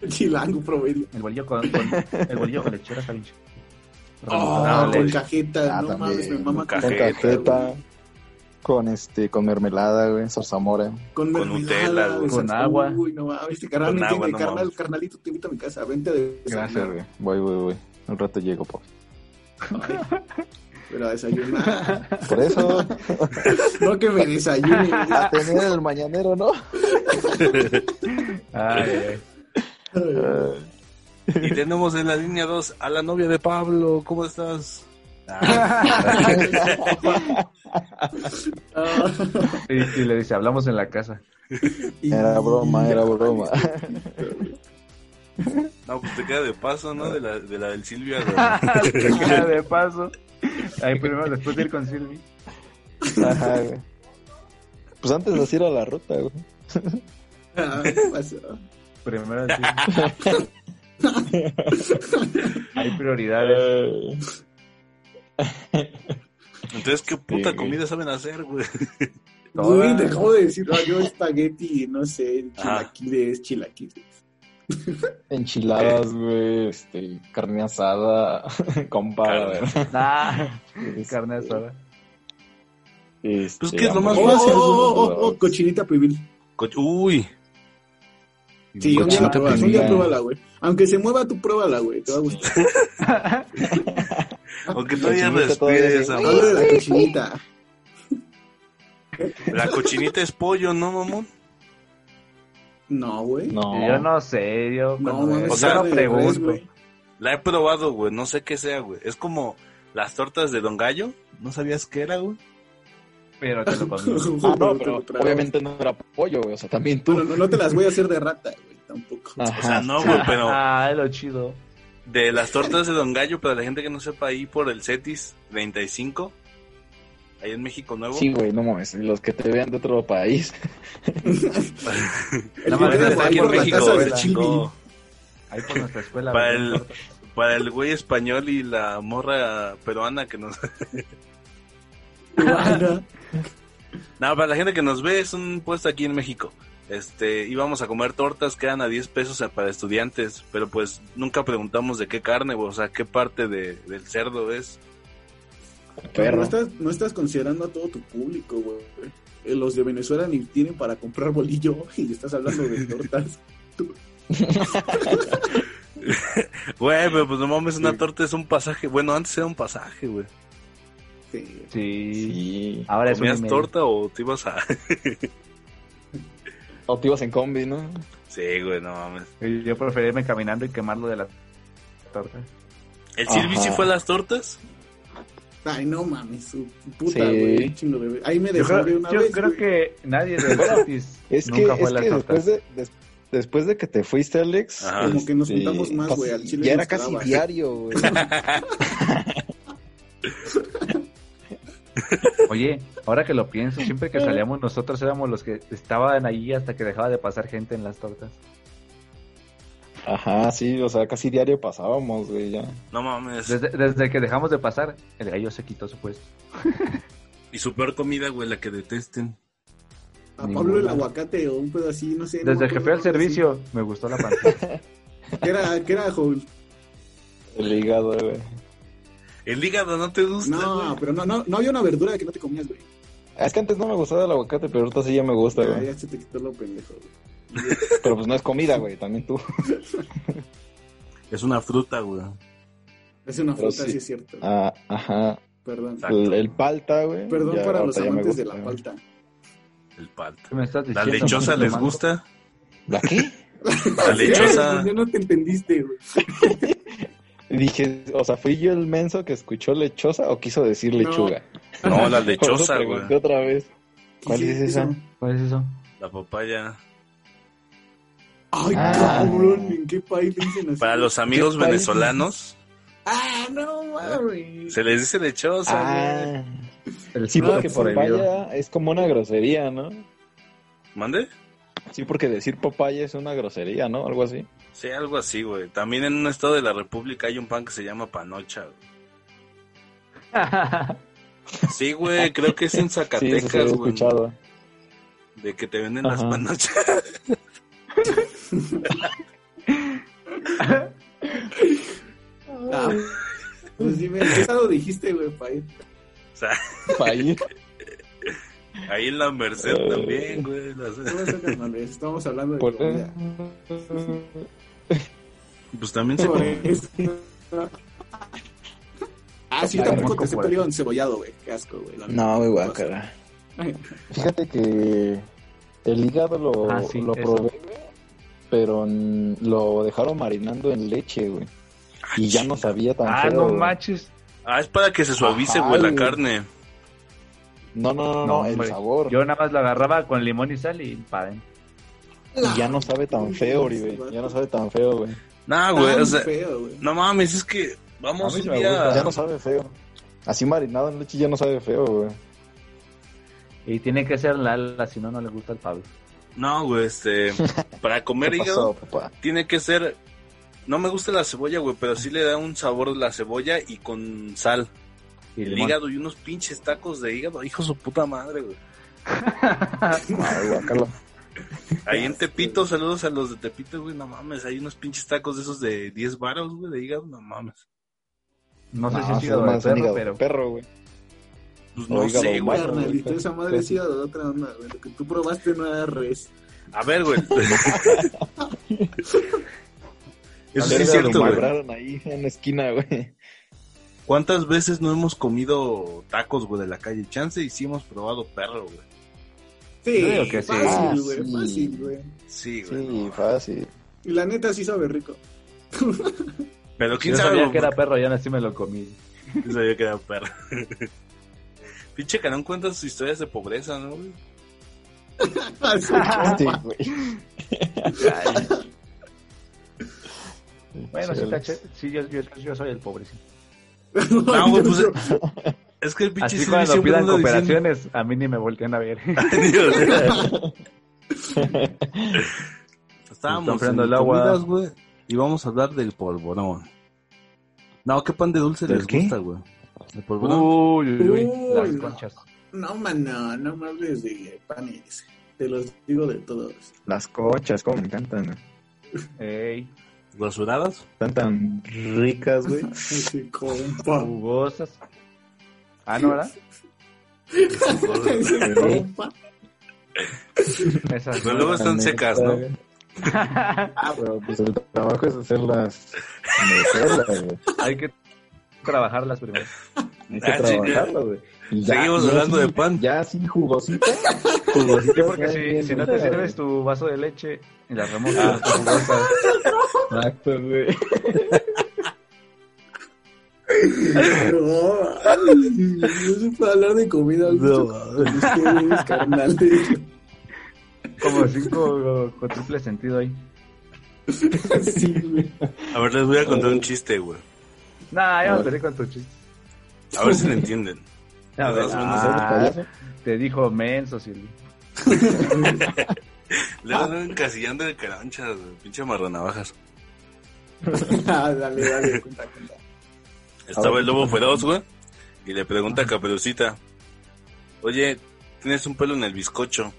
[SPEAKER 5] Chilango promedio.
[SPEAKER 6] El bolillo con, con- el bolillo con lechera está bien chido.
[SPEAKER 5] Oh,
[SPEAKER 8] no,
[SPEAKER 5] con
[SPEAKER 8] güey.
[SPEAKER 5] cajeta.
[SPEAKER 4] Ah,
[SPEAKER 5] no mames,
[SPEAKER 4] también,
[SPEAKER 5] me mama
[SPEAKER 8] con
[SPEAKER 5] con
[SPEAKER 4] con
[SPEAKER 8] cajeta,
[SPEAKER 4] cajeta. Con este, con mermelada, güey, zarzamora.
[SPEAKER 8] Con
[SPEAKER 5] Con,
[SPEAKER 8] Nutella,
[SPEAKER 5] mermelada, o
[SPEAKER 8] güey.
[SPEAKER 5] sea,
[SPEAKER 6] Con agua.
[SPEAKER 5] Uy, no mames, este
[SPEAKER 8] Con
[SPEAKER 5] carnal me
[SPEAKER 8] agua,
[SPEAKER 5] tiene
[SPEAKER 8] no
[SPEAKER 5] carnal,
[SPEAKER 8] mames.
[SPEAKER 5] carnalito, te invito a mi casa, vente de
[SPEAKER 4] Gracias, güey. Voy, voy, voy. Un rato llego, pues. po.
[SPEAKER 5] Ay, Pero a desayunar.
[SPEAKER 4] Por eso,
[SPEAKER 5] No que me desayune.
[SPEAKER 4] a tener el mañanero, ¿no?
[SPEAKER 6] Ay, ay.
[SPEAKER 4] Eh,
[SPEAKER 8] Y tenemos en la línea 2 a la novia de Pablo. ¿Cómo estás?
[SPEAKER 5] Ah,
[SPEAKER 6] Y, y le dice, hablamos en la casa.
[SPEAKER 5] y-
[SPEAKER 4] Era broma, era
[SPEAKER 5] y-
[SPEAKER 4] broma.
[SPEAKER 8] No, pues te queda de paso, ¿no? De la, de la del Silvia. güey.
[SPEAKER 6] Ya de paso. Ahí primero, después de ir con Silvi.
[SPEAKER 4] Ajá, güey. Pues antes de ir a la ruta, güey.
[SPEAKER 5] Ah, ¿qué pasó?
[SPEAKER 6] Primero de Silvi. Hay prioridades.
[SPEAKER 4] Eh,
[SPEAKER 8] Entonces, ¿qué puta
[SPEAKER 4] Sí, güey.
[SPEAKER 8] comida saben hacer, güey?
[SPEAKER 5] Uy, te acabo de decir, no, yo espagueti, no sé,
[SPEAKER 8] Ah.
[SPEAKER 5] chilaquiles, chilaquiles.
[SPEAKER 4] Enchiladas, güey, este, carne asada, compa,
[SPEAKER 8] Carne.
[SPEAKER 4] güey.
[SPEAKER 6] Ah, carne asada.
[SPEAKER 4] Este,
[SPEAKER 8] Pues, ¿qué es lo más
[SPEAKER 5] Oh,
[SPEAKER 8] Vamos a
[SPEAKER 4] hamburguesas,
[SPEAKER 8] hacer
[SPEAKER 5] oh, oh,
[SPEAKER 4] güey.
[SPEAKER 5] oh, oh, cochinita pibil.
[SPEAKER 8] Co- Uy.
[SPEAKER 5] Sí, un día la
[SPEAKER 4] Cochinita
[SPEAKER 5] pruebas, un
[SPEAKER 4] pibil.
[SPEAKER 5] día pruébala, güey. Aunque se mueva, tú pruébala, güey, te va a gustar.
[SPEAKER 8] Aunque todavía
[SPEAKER 4] cochinita
[SPEAKER 8] respires,
[SPEAKER 4] todavía
[SPEAKER 5] Hablo
[SPEAKER 8] amor.
[SPEAKER 5] de la cochinita.
[SPEAKER 8] La cochinita es pollo, ¿no, mamón?
[SPEAKER 5] No, güey.
[SPEAKER 4] No,
[SPEAKER 6] Yo no sé, yo cuando me-
[SPEAKER 5] mames,
[SPEAKER 8] o sea,
[SPEAKER 6] yo
[SPEAKER 5] sabe
[SPEAKER 6] no
[SPEAKER 5] de res,
[SPEAKER 6] pregunto.
[SPEAKER 5] güey.
[SPEAKER 8] La he probado, güey. No sé qué sea, güey. Es como las tortas de Don Gallo. ¿No sabías qué era, güey?
[SPEAKER 6] Pero te lo comí.
[SPEAKER 4] Ah, no, pero
[SPEAKER 5] Te lo trago.
[SPEAKER 4] obviamente no era pollo, güey, o sea, también tú.
[SPEAKER 5] Bueno, no, no te las voy a hacer de rata, güey, tampoco.
[SPEAKER 8] O sea, no, güey, pero...
[SPEAKER 6] Ah, lo chido.
[SPEAKER 8] De las tortas de Don Gallo, para la gente que no sepa, ahí por el Cetis 35, ahí en México Nuevo.
[SPEAKER 4] Sí, güey, no mames, los que te vean de otro país.
[SPEAKER 5] El
[SPEAKER 6] madre
[SPEAKER 5] que
[SPEAKER 8] Está
[SPEAKER 5] queda
[SPEAKER 6] de
[SPEAKER 5] por
[SPEAKER 6] aquí
[SPEAKER 5] ahí
[SPEAKER 8] en
[SPEAKER 5] por la
[SPEAKER 8] México,
[SPEAKER 5] casa
[SPEAKER 8] güey,
[SPEAKER 5] del
[SPEAKER 8] la
[SPEAKER 5] chili.
[SPEAKER 8] chingó.
[SPEAKER 6] Ahí por nuestra escuela.
[SPEAKER 8] Para
[SPEAKER 6] vendían
[SPEAKER 8] el-
[SPEAKER 6] tortas.
[SPEAKER 8] Para el güey español y la morra peruana que nos...
[SPEAKER 5] Cubana.
[SPEAKER 8] No, para la gente que nos ve, es un puesto aquí en México. Este, íbamos a comer tortas que eran a 10 pesos para estudiantes, pero pues nunca preguntamos de qué carne, güey, o sea, qué parte de, del cerdo es.
[SPEAKER 5] No
[SPEAKER 4] Perro.
[SPEAKER 5] estás, no estás considerando a todo tu público, güey. Eh, Los de Venezuela ni tienen para comprar bolillo y estás hablando de tortas.
[SPEAKER 8] Güey, pero pues no mames, una torta es un pasaje. Bueno, antes era un pasaje, güey.
[SPEAKER 5] Sí.
[SPEAKER 6] Sí.
[SPEAKER 4] Sí.
[SPEAKER 6] Ahora es un
[SPEAKER 8] ¿Comías
[SPEAKER 6] email.
[SPEAKER 8] torta o te ibas a...?
[SPEAKER 4] O te ibas en combi, ¿no?
[SPEAKER 8] sí, güey, no mames.
[SPEAKER 6] Y Yo prefería irme caminando y quemarlo de la torta.
[SPEAKER 8] ¿El Silvi sí
[SPEAKER 4] Ajá.
[SPEAKER 8] fue a las tortas?
[SPEAKER 5] Ay, no mames, su puta,
[SPEAKER 4] Sí.
[SPEAKER 5] güey. un Chingo de... Ahí me
[SPEAKER 6] Yo creo,
[SPEAKER 5] desahogué una
[SPEAKER 6] yo
[SPEAKER 5] vez.
[SPEAKER 6] creo
[SPEAKER 5] güey.
[SPEAKER 6] que nadie de Gratis
[SPEAKER 4] Es que,
[SPEAKER 6] nunca fue
[SPEAKER 4] es
[SPEAKER 6] a las
[SPEAKER 4] que
[SPEAKER 6] tortas.
[SPEAKER 4] después, de, des- después de que te fuiste, Alex,
[SPEAKER 8] Ajá.
[SPEAKER 5] Como que nos
[SPEAKER 4] este,
[SPEAKER 5] juntamos más, güey, al
[SPEAKER 4] casi-
[SPEAKER 5] chile
[SPEAKER 4] Ya
[SPEAKER 5] nos
[SPEAKER 4] era casi
[SPEAKER 5] quedaba.
[SPEAKER 4] diario, güey.
[SPEAKER 6] Oye, ahora que lo pienso, siempre que salíamos nosotros éramos los que estaban allí hasta que dejaba de pasar gente en las tortas.
[SPEAKER 4] Ajá, sí, o sea, casi diario pasábamos, güey, ya.
[SPEAKER 8] No mames.
[SPEAKER 6] Desde, desde que dejamos de pasar, el gallo se quitó su puesto.
[SPEAKER 8] Y su peor comida, güey, la que detesten.
[SPEAKER 5] A
[SPEAKER 6] Ninguna.
[SPEAKER 5] Pablo el aguacate o un pedo así, no sé. no me
[SPEAKER 6] Desde que
[SPEAKER 5] acuerdo,
[SPEAKER 6] fui al
[SPEAKER 5] algo así.
[SPEAKER 6] servicio, me gustó la pantalla.
[SPEAKER 5] ¿Qué era, qué era Joel?
[SPEAKER 4] El hígado, güey.
[SPEAKER 8] El hígado no te gusta.
[SPEAKER 5] No,
[SPEAKER 8] güey?
[SPEAKER 5] pero no, no, no había una verdura que no te comías, güey.
[SPEAKER 4] Ah, Es que antes no me gustaba el aguacate, pero ahorita sí ya me gusta,
[SPEAKER 5] Ya,
[SPEAKER 4] güey.
[SPEAKER 5] ya se te quitó lo pendejo, güey.
[SPEAKER 4] Pero pues no es comida, güey, también tú.
[SPEAKER 8] Es una fruta, güey.
[SPEAKER 5] Es una
[SPEAKER 4] Pero
[SPEAKER 5] fruta, sí,
[SPEAKER 4] sí.
[SPEAKER 5] es cierto.
[SPEAKER 4] Ah, ajá.
[SPEAKER 5] Perdón.
[SPEAKER 8] Exacto.
[SPEAKER 4] El, el palta, güey.
[SPEAKER 5] Perdón
[SPEAKER 4] ya
[SPEAKER 5] para
[SPEAKER 4] ahorita
[SPEAKER 5] los
[SPEAKER 4] ya me
[SPEAKER 5] amantes de
[SPEAKER 4] gusta,
[SPEAKER 5] la
[SPEAKER 4] güey.
[SPEAKER 5] palta.
[SPEAKER 8] El palta.
[SPEAKER 6] ¿Qué me estás
[SPEAKER 8] ¿La
[SPEAKER 6] diciendo?
[SPEAKER 8] lechosa
[SPEAKER 6] Manuel
[SPEAKER 8] les
[SPEAKER 6] Mango?
[SPEAKER 8] gusta?
[SPEAKER 4] ¿La qué?
[SPEAKER 8] La lechosa.
[SPEAKER 5] Yo no te entendiste, güey.
[SPEAKER 4] Dije, o sea, ¿fui yo el menso que escuchó lechosa o quiso decir lechuga?
[SPEAKER 8] No, la
[SPEAKER 4] Por eso
[SPEAKER 8] lechosa,
[SPEAKER 4] pregunté
[SPEAKER 8] güey.
[SPEAKER 4] otra vez. ¿Cuál
[SPEAKER 5] Sí,
[SPEAKER 4] es esa?
[SPEAKER 6] ¿Cuál es eso?
[SPEAKER 8] La papaya.
[SPEAKER 5] Ay,
[SPEAKER 4] Ah.
[SPEAKER 5] cabrón, ¿en qué país le dicen así?
[SPEAKER 8] Para los amigos
[SPEAKER 4] ¿Qué país?
[SPEAKER 8] venezolanos,
[SPEAKER 5] Ah, no, mames.
[SPEAKER 8] se les dice lechosa, güey.
[SPEAKER 4] Ah,
[SPEAKER 6] El
[SPEAKER 4] sí,
[SPEAKER 6] fruto
[SPEAKER 4] porque papaya es como una grosería, ¿no?
[SPEAKER 8] ¿Mande?
[SPEAKER 4] Sí, porque decir papaya es una grosería, ¿no? Algo así.
[SPEAKER 8] Sí, algo así, güey. También en un estado de la República hay un pan que se llama panocha, güey. Sí, güey, creo que es en
[SPEAKER 4] Sí, eso se
[SPEAKER 8] Zacatecas,
[SPEAKER 4] había
[SPEAKER 8] güey.
[SPEAKER 4] escuchado.
[SPEAKER 8] De que te venden las
[SPEAKER 4] Ajá.
[SPEAKER 8] panochas.
[SPEAKER 5] Ah, pues dime, ¿qué estado dijiste, güey, país?
[SPEAKER 8] O sea,
[SPEAKER 4] País.
[SPEAKER 8] ahí en la Merced
[SPEAKER 4] Eh.
[SPEAKER 8] también, güey. las-
[SPEAKER 5] No me sacas, mames, Estamos hablando de
[SPEAKER 4] Por-
[SPEAKER 5] comida.
[SPEAKER 8] Pues también se
[SPEAKER 5] Por
[SPEAKER 8] come.
[SPEAKER 5] eso. Ah, sí, tampoco te
[SPEAKER 6] Por-
[SPEAKER 5] aceptaría cebollado, güey. Qué asco, güey. la
[SPEAKER 4] No, güey,
[SPEAKER 5] neta.
[SPEAKER 4] guácala.
[SPEAKER 5] Ay,
[SPEAKER 4] Fíjate que el hígado lo,
[SPEAKER 6] Ah, sí,
[SPEAKER 4] lo
[SPEAKER 6] eso.
[SPEAKER 4] probé, güey, pero mm, lo dejaron marinando en leche, güey. Y ya no sabía tan
[SPEAKER 7] Ah,
[SPEAKER 4] feo,
[SPEAKER 7] no
[SPEAKER 4] güey.
[SPEAKER 7] manches.
[SPEAKER 8] Ah, es para que se suavice,
[SPEAKER 4] Ajá,
[SPEAKER 8] güey, la
[SPEAKER 4] güey.
[SPEAKER 8] carne.
[SPEAKER 4] No, no, no, no,
[SPEAKER 7] No,
[SPEAKER 4] el
[SPEAKER 7] hombre.
[SPEAKER 4] sabor.
[SPEAKER 7] Yo nada más la agarraba con limón y sal y pa' dentro.
[SPEAKER 4] Y ya no sabe tan feo, Oribe. Ya no sabe tan feo, güey.
[SPEAKER 8] Nah,
[SPEAKER 5] está
[SPEAKER 4] Ah,
[SPEAKER 8] güey, o
[SPEAKER 5] Ah, muy
[SPEAKER 8] sea,
[SPEAKER 5] feo, güey.
[SPEAKER 8] no mames, es que vamos
[SPEAKER 6] A mí sí
[SPEAKER 8] un
[SPEAKER 6] me
[SPEAKER 8] día.
[SPEAKER 6] gusta.
[SPEAKER 4] Ya no sabe feo. Así marinado en leche ya no sabe feo, güey.
[SPEAKER 6] Y tiene que ser la ala, si no, no le gusta el Pablo.
[SPEAKER 8] No, güey, este. Para comer
[SPEAKER 4] ¿Qué
[SPEAKER 8] hígado
[SPEAKER 4] pasó, papá?
[SPEAKER 8] tiene que ser. No me gusta la cebolla, güey, pero sí le da un sabor la cebolla y con sal.
[SPEAKER 6] Y
[SPEAKER 8] el
[SPEAKER 6] limón.
[SPEAKER 8] hígado y unos pinches tacos de hígado, hijo de su puta madre, güey.
[SPEAKER 4] Ay, guácala.
[SPEAKER 8] Ahí en Tepito, saludos a los de Tepito, güey, no mames, hay unos pinches tacos de esos de 10 varos, güey, de hígado, no mames.
[SPEAKER 6] No sé si
[SPEAKER 4] No,
[SPEAKER 6] es
[SPEAKER 4] Ah, sí,
[SPEAKER 6] hígado de
[SPEAKER 4] más un
[SPEAKER 6] perro,
[SPEAKER 4] hígado de
[SPEAKER 6] pero...
[SPEAKER 4] perro, güey.
[SPEAKER 8] Pues no
[SPEAKER 4] Hígado
[SPEAKER 8] sé, güey.
[SPEAKER 4] humano.
[SPEAKER 8] pues,
[SPEAKER 5] Carnalito, esa madre
[SPEAKER 4] Sí.
[SPEAKER 5] sí era de otra onda, güey. Lo que tú probaste no era res.
[SPEAKER 8] A ver, güey. Eso sí
[SPEAKER 4] Verga,
[SPEAKER 8] es
[SPEAKER 4] lo
[SPEAKER 8] cierto, güey.
[SPEAKER 4] malograron ahí en la esquina, güey.
[SPEAKER 8] ¿Cuántas veces no hemos comido tacos, güey, de la calle? Chance y sí hemos probado perro, güey.
[SPEAKER 5] Sí,
[SPEAKER 6] Yo digo que sí.
[SPEAKER 4] Ah,
[SPEAKER 5] fácil, güey,
[SPEAKER 4] sí.
[SPEAKER 5] fácil, güey.
[SPEAKER 8] Sí, güey.
[SPEAKER 4] Ah, Sí, fácil.
[SPEAKER 5] Y la neta sí sabe rico.
[SPEAKER 8] Pero quién
[SPEAKER 6] Yo
[SPEAKER 8] sabe,
[SPEAKER 6] sabía
[SPEAKER 8] güey,
[SPEAKER 6] que era perro y aún así me lo comí.
[SPEAKER 8] quién sabía que era perro. Pinche Canón cuenta sus historias de pobreza, ¿no, güey?
[SPEAKER 5] Así,
[SPEAKER 4] Sí, güey.
[SPEAKER 6] Bueno,
[SPEAKER 4] Sí,
[SPEAKER 6] sí, tache- sí, yo, yo- yo soy el pobrecito.
[SPEAKER 8] No, güey, pues es que el pinche
[SPEAKER 6] Así
[SPEAKER 8] Siri
[SPEAKER 6] cuando
[SPEAKER 8] siempre
[SPEAKER 6] pidan
[SPEAKER 8] anda diciendo-
[SPEAKER 6] cooperaciones, a mí ni me voltean a ver. Está
[SPEAKER 8] Estábamos
[SPEAKER 6] enfriando
[SPEAKER 8] en
[SPEAKER 6] el agua.
[SPEAKER 8] comidas, güey, y vamos a hablar del polvorón. No, ¿qué pan de dulce
[SPEAKER 4] ¿Del
[SPEAKER 8] les
[SPEAKER 4] qué?
[SPEAKER 8] gusta, güey? Uh, ¿El polvorón?
[SPEAKER 6] Uy, uy, uy,
[SPEAKER 5] Uy,
[SPEAKER 6] las
[SPEAKER 5] no.
[SPEAKER 6] conchas.
[SPEAKER 5] No, mano, no me hables de panes. Te los digo de todos.
[SPEAKER 4] Las cochas, como me encantan. güey.
[SPEAKER 6] Ey,
[SPEAKER 8] ¿Rasuradas?
[SPEAKER 4] Están tan ricas, güey.
[SPEAKER 5] Ese compa.
[SPEAKER 6] jugosas. Ah, no, ¿verdad?
[SPEAKER 5] Ese compa.
[SPEAKER 6] Esas
[SPEAKER 8] Pero luego
[SPEAKER 6] no.
[SPEAKER 8] están secas, ¿no?
[SPEAKER 4] Ah, pero pues el trabajo es hacerlas. mecerlas, güey.
[SPEAKER 6] Hay que trabajarlas primero.
[SPEAKER 4] Hay
[SPEAKER 8] Ah,
[SPEAKER 4] que
[SPEAKER 8] chinga.
[SPEAKER 4] trabajarlas, güey. Y ya-
[SPEAKER 8] Seguimos
[SPEAKER 4] ya
[SPEAKER 8] hablando
[SPEAKER 4] así-
[SPEAKER 8] de pan.
[SPEAKER 4] Ya así jugosita. jugosita
[SPEAKER 6] Sí, porque
[SPEAKER 4] sabe
[SPEAKER 6] si,
[SPEAKER 4] bien Ah.
[SPEAKER 6] si no
[SPEAKER 4] rica,
[SPEAKER 6] te
[SPEAKER 4] güey.
[SPEAKER 6] sirves tu vaso de leche y las remojas, están jugosas.
[SPEAKER 4] Exacto, güey.
[SPEAKER 5] No, ay, no se puede hablar de comida. No, ustedes, carnal. eh.
[SPEAKER 6] como cinco con triple sentido ahí.
[SPEAKER 5] Sí, güey.
[SPEAKER 8] A ver, les voy a contar un chiste, güey.
[SPEAKER 6] Nah,
[SPEAKER 4] Ah.
[SPEAKER 6] ya me perdí con tu chiste.
[SPEAKER 8] A ver si lo entienden.
[SPEAKER 6] A ver,
[SPEAKER 8] Más o menos,
[SPEAKER 6] ah,
[SPEAKER 4] ¿eh?
[SPEAKER 6] te dijo menso, Silvi.
[SPEAKER 8] Le van encasillando de caranchas, güey, pinche marranavajas.
[SPEAKER 5] Ah, dale, dale, cuenta, cuenta.
[SPEAKER 8] Estaba el lobo feroz, güey, y le pregunta a Caperucita, oye, ¿tienes un pelo en el bizcocho?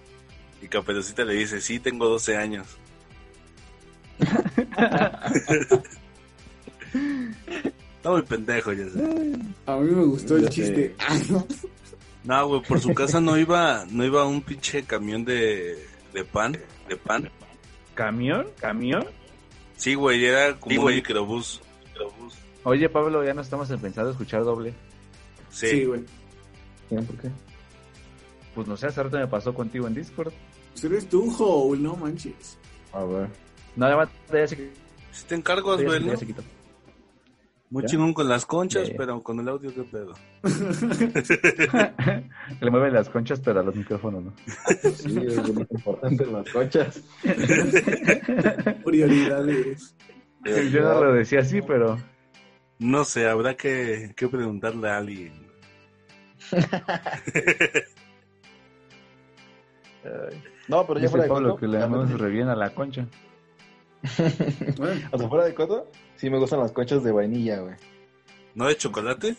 [SPEAKER 8] Y Caperucita le dice, sí, tengo 12 años. Está muy pendejo, ya sé.
[SPEAKER 5] A mí me gustó el
[SPEAKER 4] Ya
[SPEAKER 5] chiste.
[SPEAKER 4] sé.
[SPEAKER 5] Ah, no.
[SPEAKER 8] No, güey, por su casa no iba, no iba un pinche camión de, de pan, de pan,
[SPEAKER 6] ¿Camión? ¿Camión?
[SPEAKER 8] Sí, güey, era como un microbús. microbús.
[SPEAKER 6] Oye, Pablo, ya no estamos pensados escuchar doble.
[SPEAKER 8] Sí.
[SPEAKER 5] Sí, güey.
[SPEAKER 4] ¿Por qué?
[SPEAKER 6] Pues no sé, hace rato me pasó contigo en Discord.
[SPEAKER 5] Pues eres tú, Joel, no manches.
[SPEAKER 4] A ver.
[SPEAKER 6] No, además, ya se quitó.
[SPEAKER 8] Si te encargas,
[SPEAKER 6] ya
[SPEAKER 8] güey,
[SPEAKER 6] se-
[SPEAKER 8] ¿no?
[SPEAKER 6] ya se quitó.
[SPEAKER 8] Muy
[SPEAKER 6] ¿Ya?
[SPEAKER 8] chingón con las conchas,
[SPEAKER 6] Ya, ya.
[SPEAKER 8] pero con el audio, qué pedo.
[SPEAKER 6] Le mueven las conchas, pero a los micrófonos, ¿no?
[SPEAKER 4] Sí, es lo más importante en las cochas.
[SPEAKER 5] Prioridades.
[SPEAKER 6] Yo no lo decía así, pero.
[SPEAKER 8] No sé, habrá que, que preguntarle a alguien.
[SPEAKER 4] Ay. No, pero ya
[SPEAKER 6] Dice
[SPEAKER 4] fuera de
[SPEAKER 6] Pablo
[SPEAKER 4] coto.
[SPEAKER 6] que le damos re bien a la concha.
[SPEAKER 4] O sea, fuera de coto, sí me gustan las conchas de vainilla, güey.
[SPEAKER 8] ¿No de chocolate?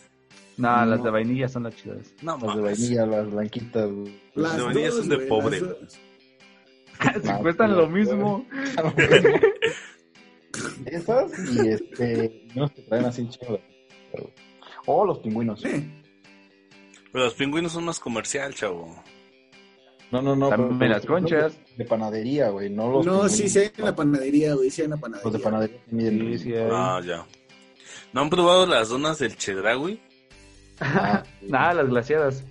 [SPEAKER 6] No,
[SPEAKER 4] No.
[SPEAKER 6] las de vainilla son las chidas.
[SPEAKER 8] No,
[SPEAKER 4] Las de
[SPEAKER 8] mames.
[SPEAKER 4] vainilla, las blanquitas, güey.
[SPEAKER 5] Las
[SPEAKER 8] Las de
[SPEAKER 5] dos,
[SPEAKER 8] son de
[SPEAKER 5] güey,
[SPEAKER 8] pobre.
[SPEAKER 5] las dos.
[SPEAKER 6] Si
[SPEAKER 4] Ah,
[SPEAKER 6] cuestan
[SPEAKER 4] sí,
[SPEAKER 6] lo
[SPEAKER 4] sí.
[SPEAKER 6] mismo.
[SPEAKER 4] Esas y este, unos que traen así chido. O los pingüinos.
[SPEAKER 5] Eh,
[SPEAKER 8] Pero los pingüinos son más comercial, chavo.
[SPEAKER 4] No, no, no.
[SPEAKER 6] También
[SPEAKER 4] pero-
[SPEAKER 6] las conchas.
[SPEAKER 4] De panadería, güey, no los
[SPEAKER 5] No,
[SPEAKER 4] pingüinos.
[SPEAKER 5] sí, sí hay en la panadería, güey, sí hay en la panadería.
[SPEAKER 6] Pues
[SPEAKER 4] Los de panadería que miden.
[SPEAKER 6] Sí, sí, hay.
[SPEAKER 8] Ah, ya. ¿No han probado las donas del Chedraui?
[SPEAKER 4] Ah, sí.
[SPEAKER 6] Nah, las glaciadas.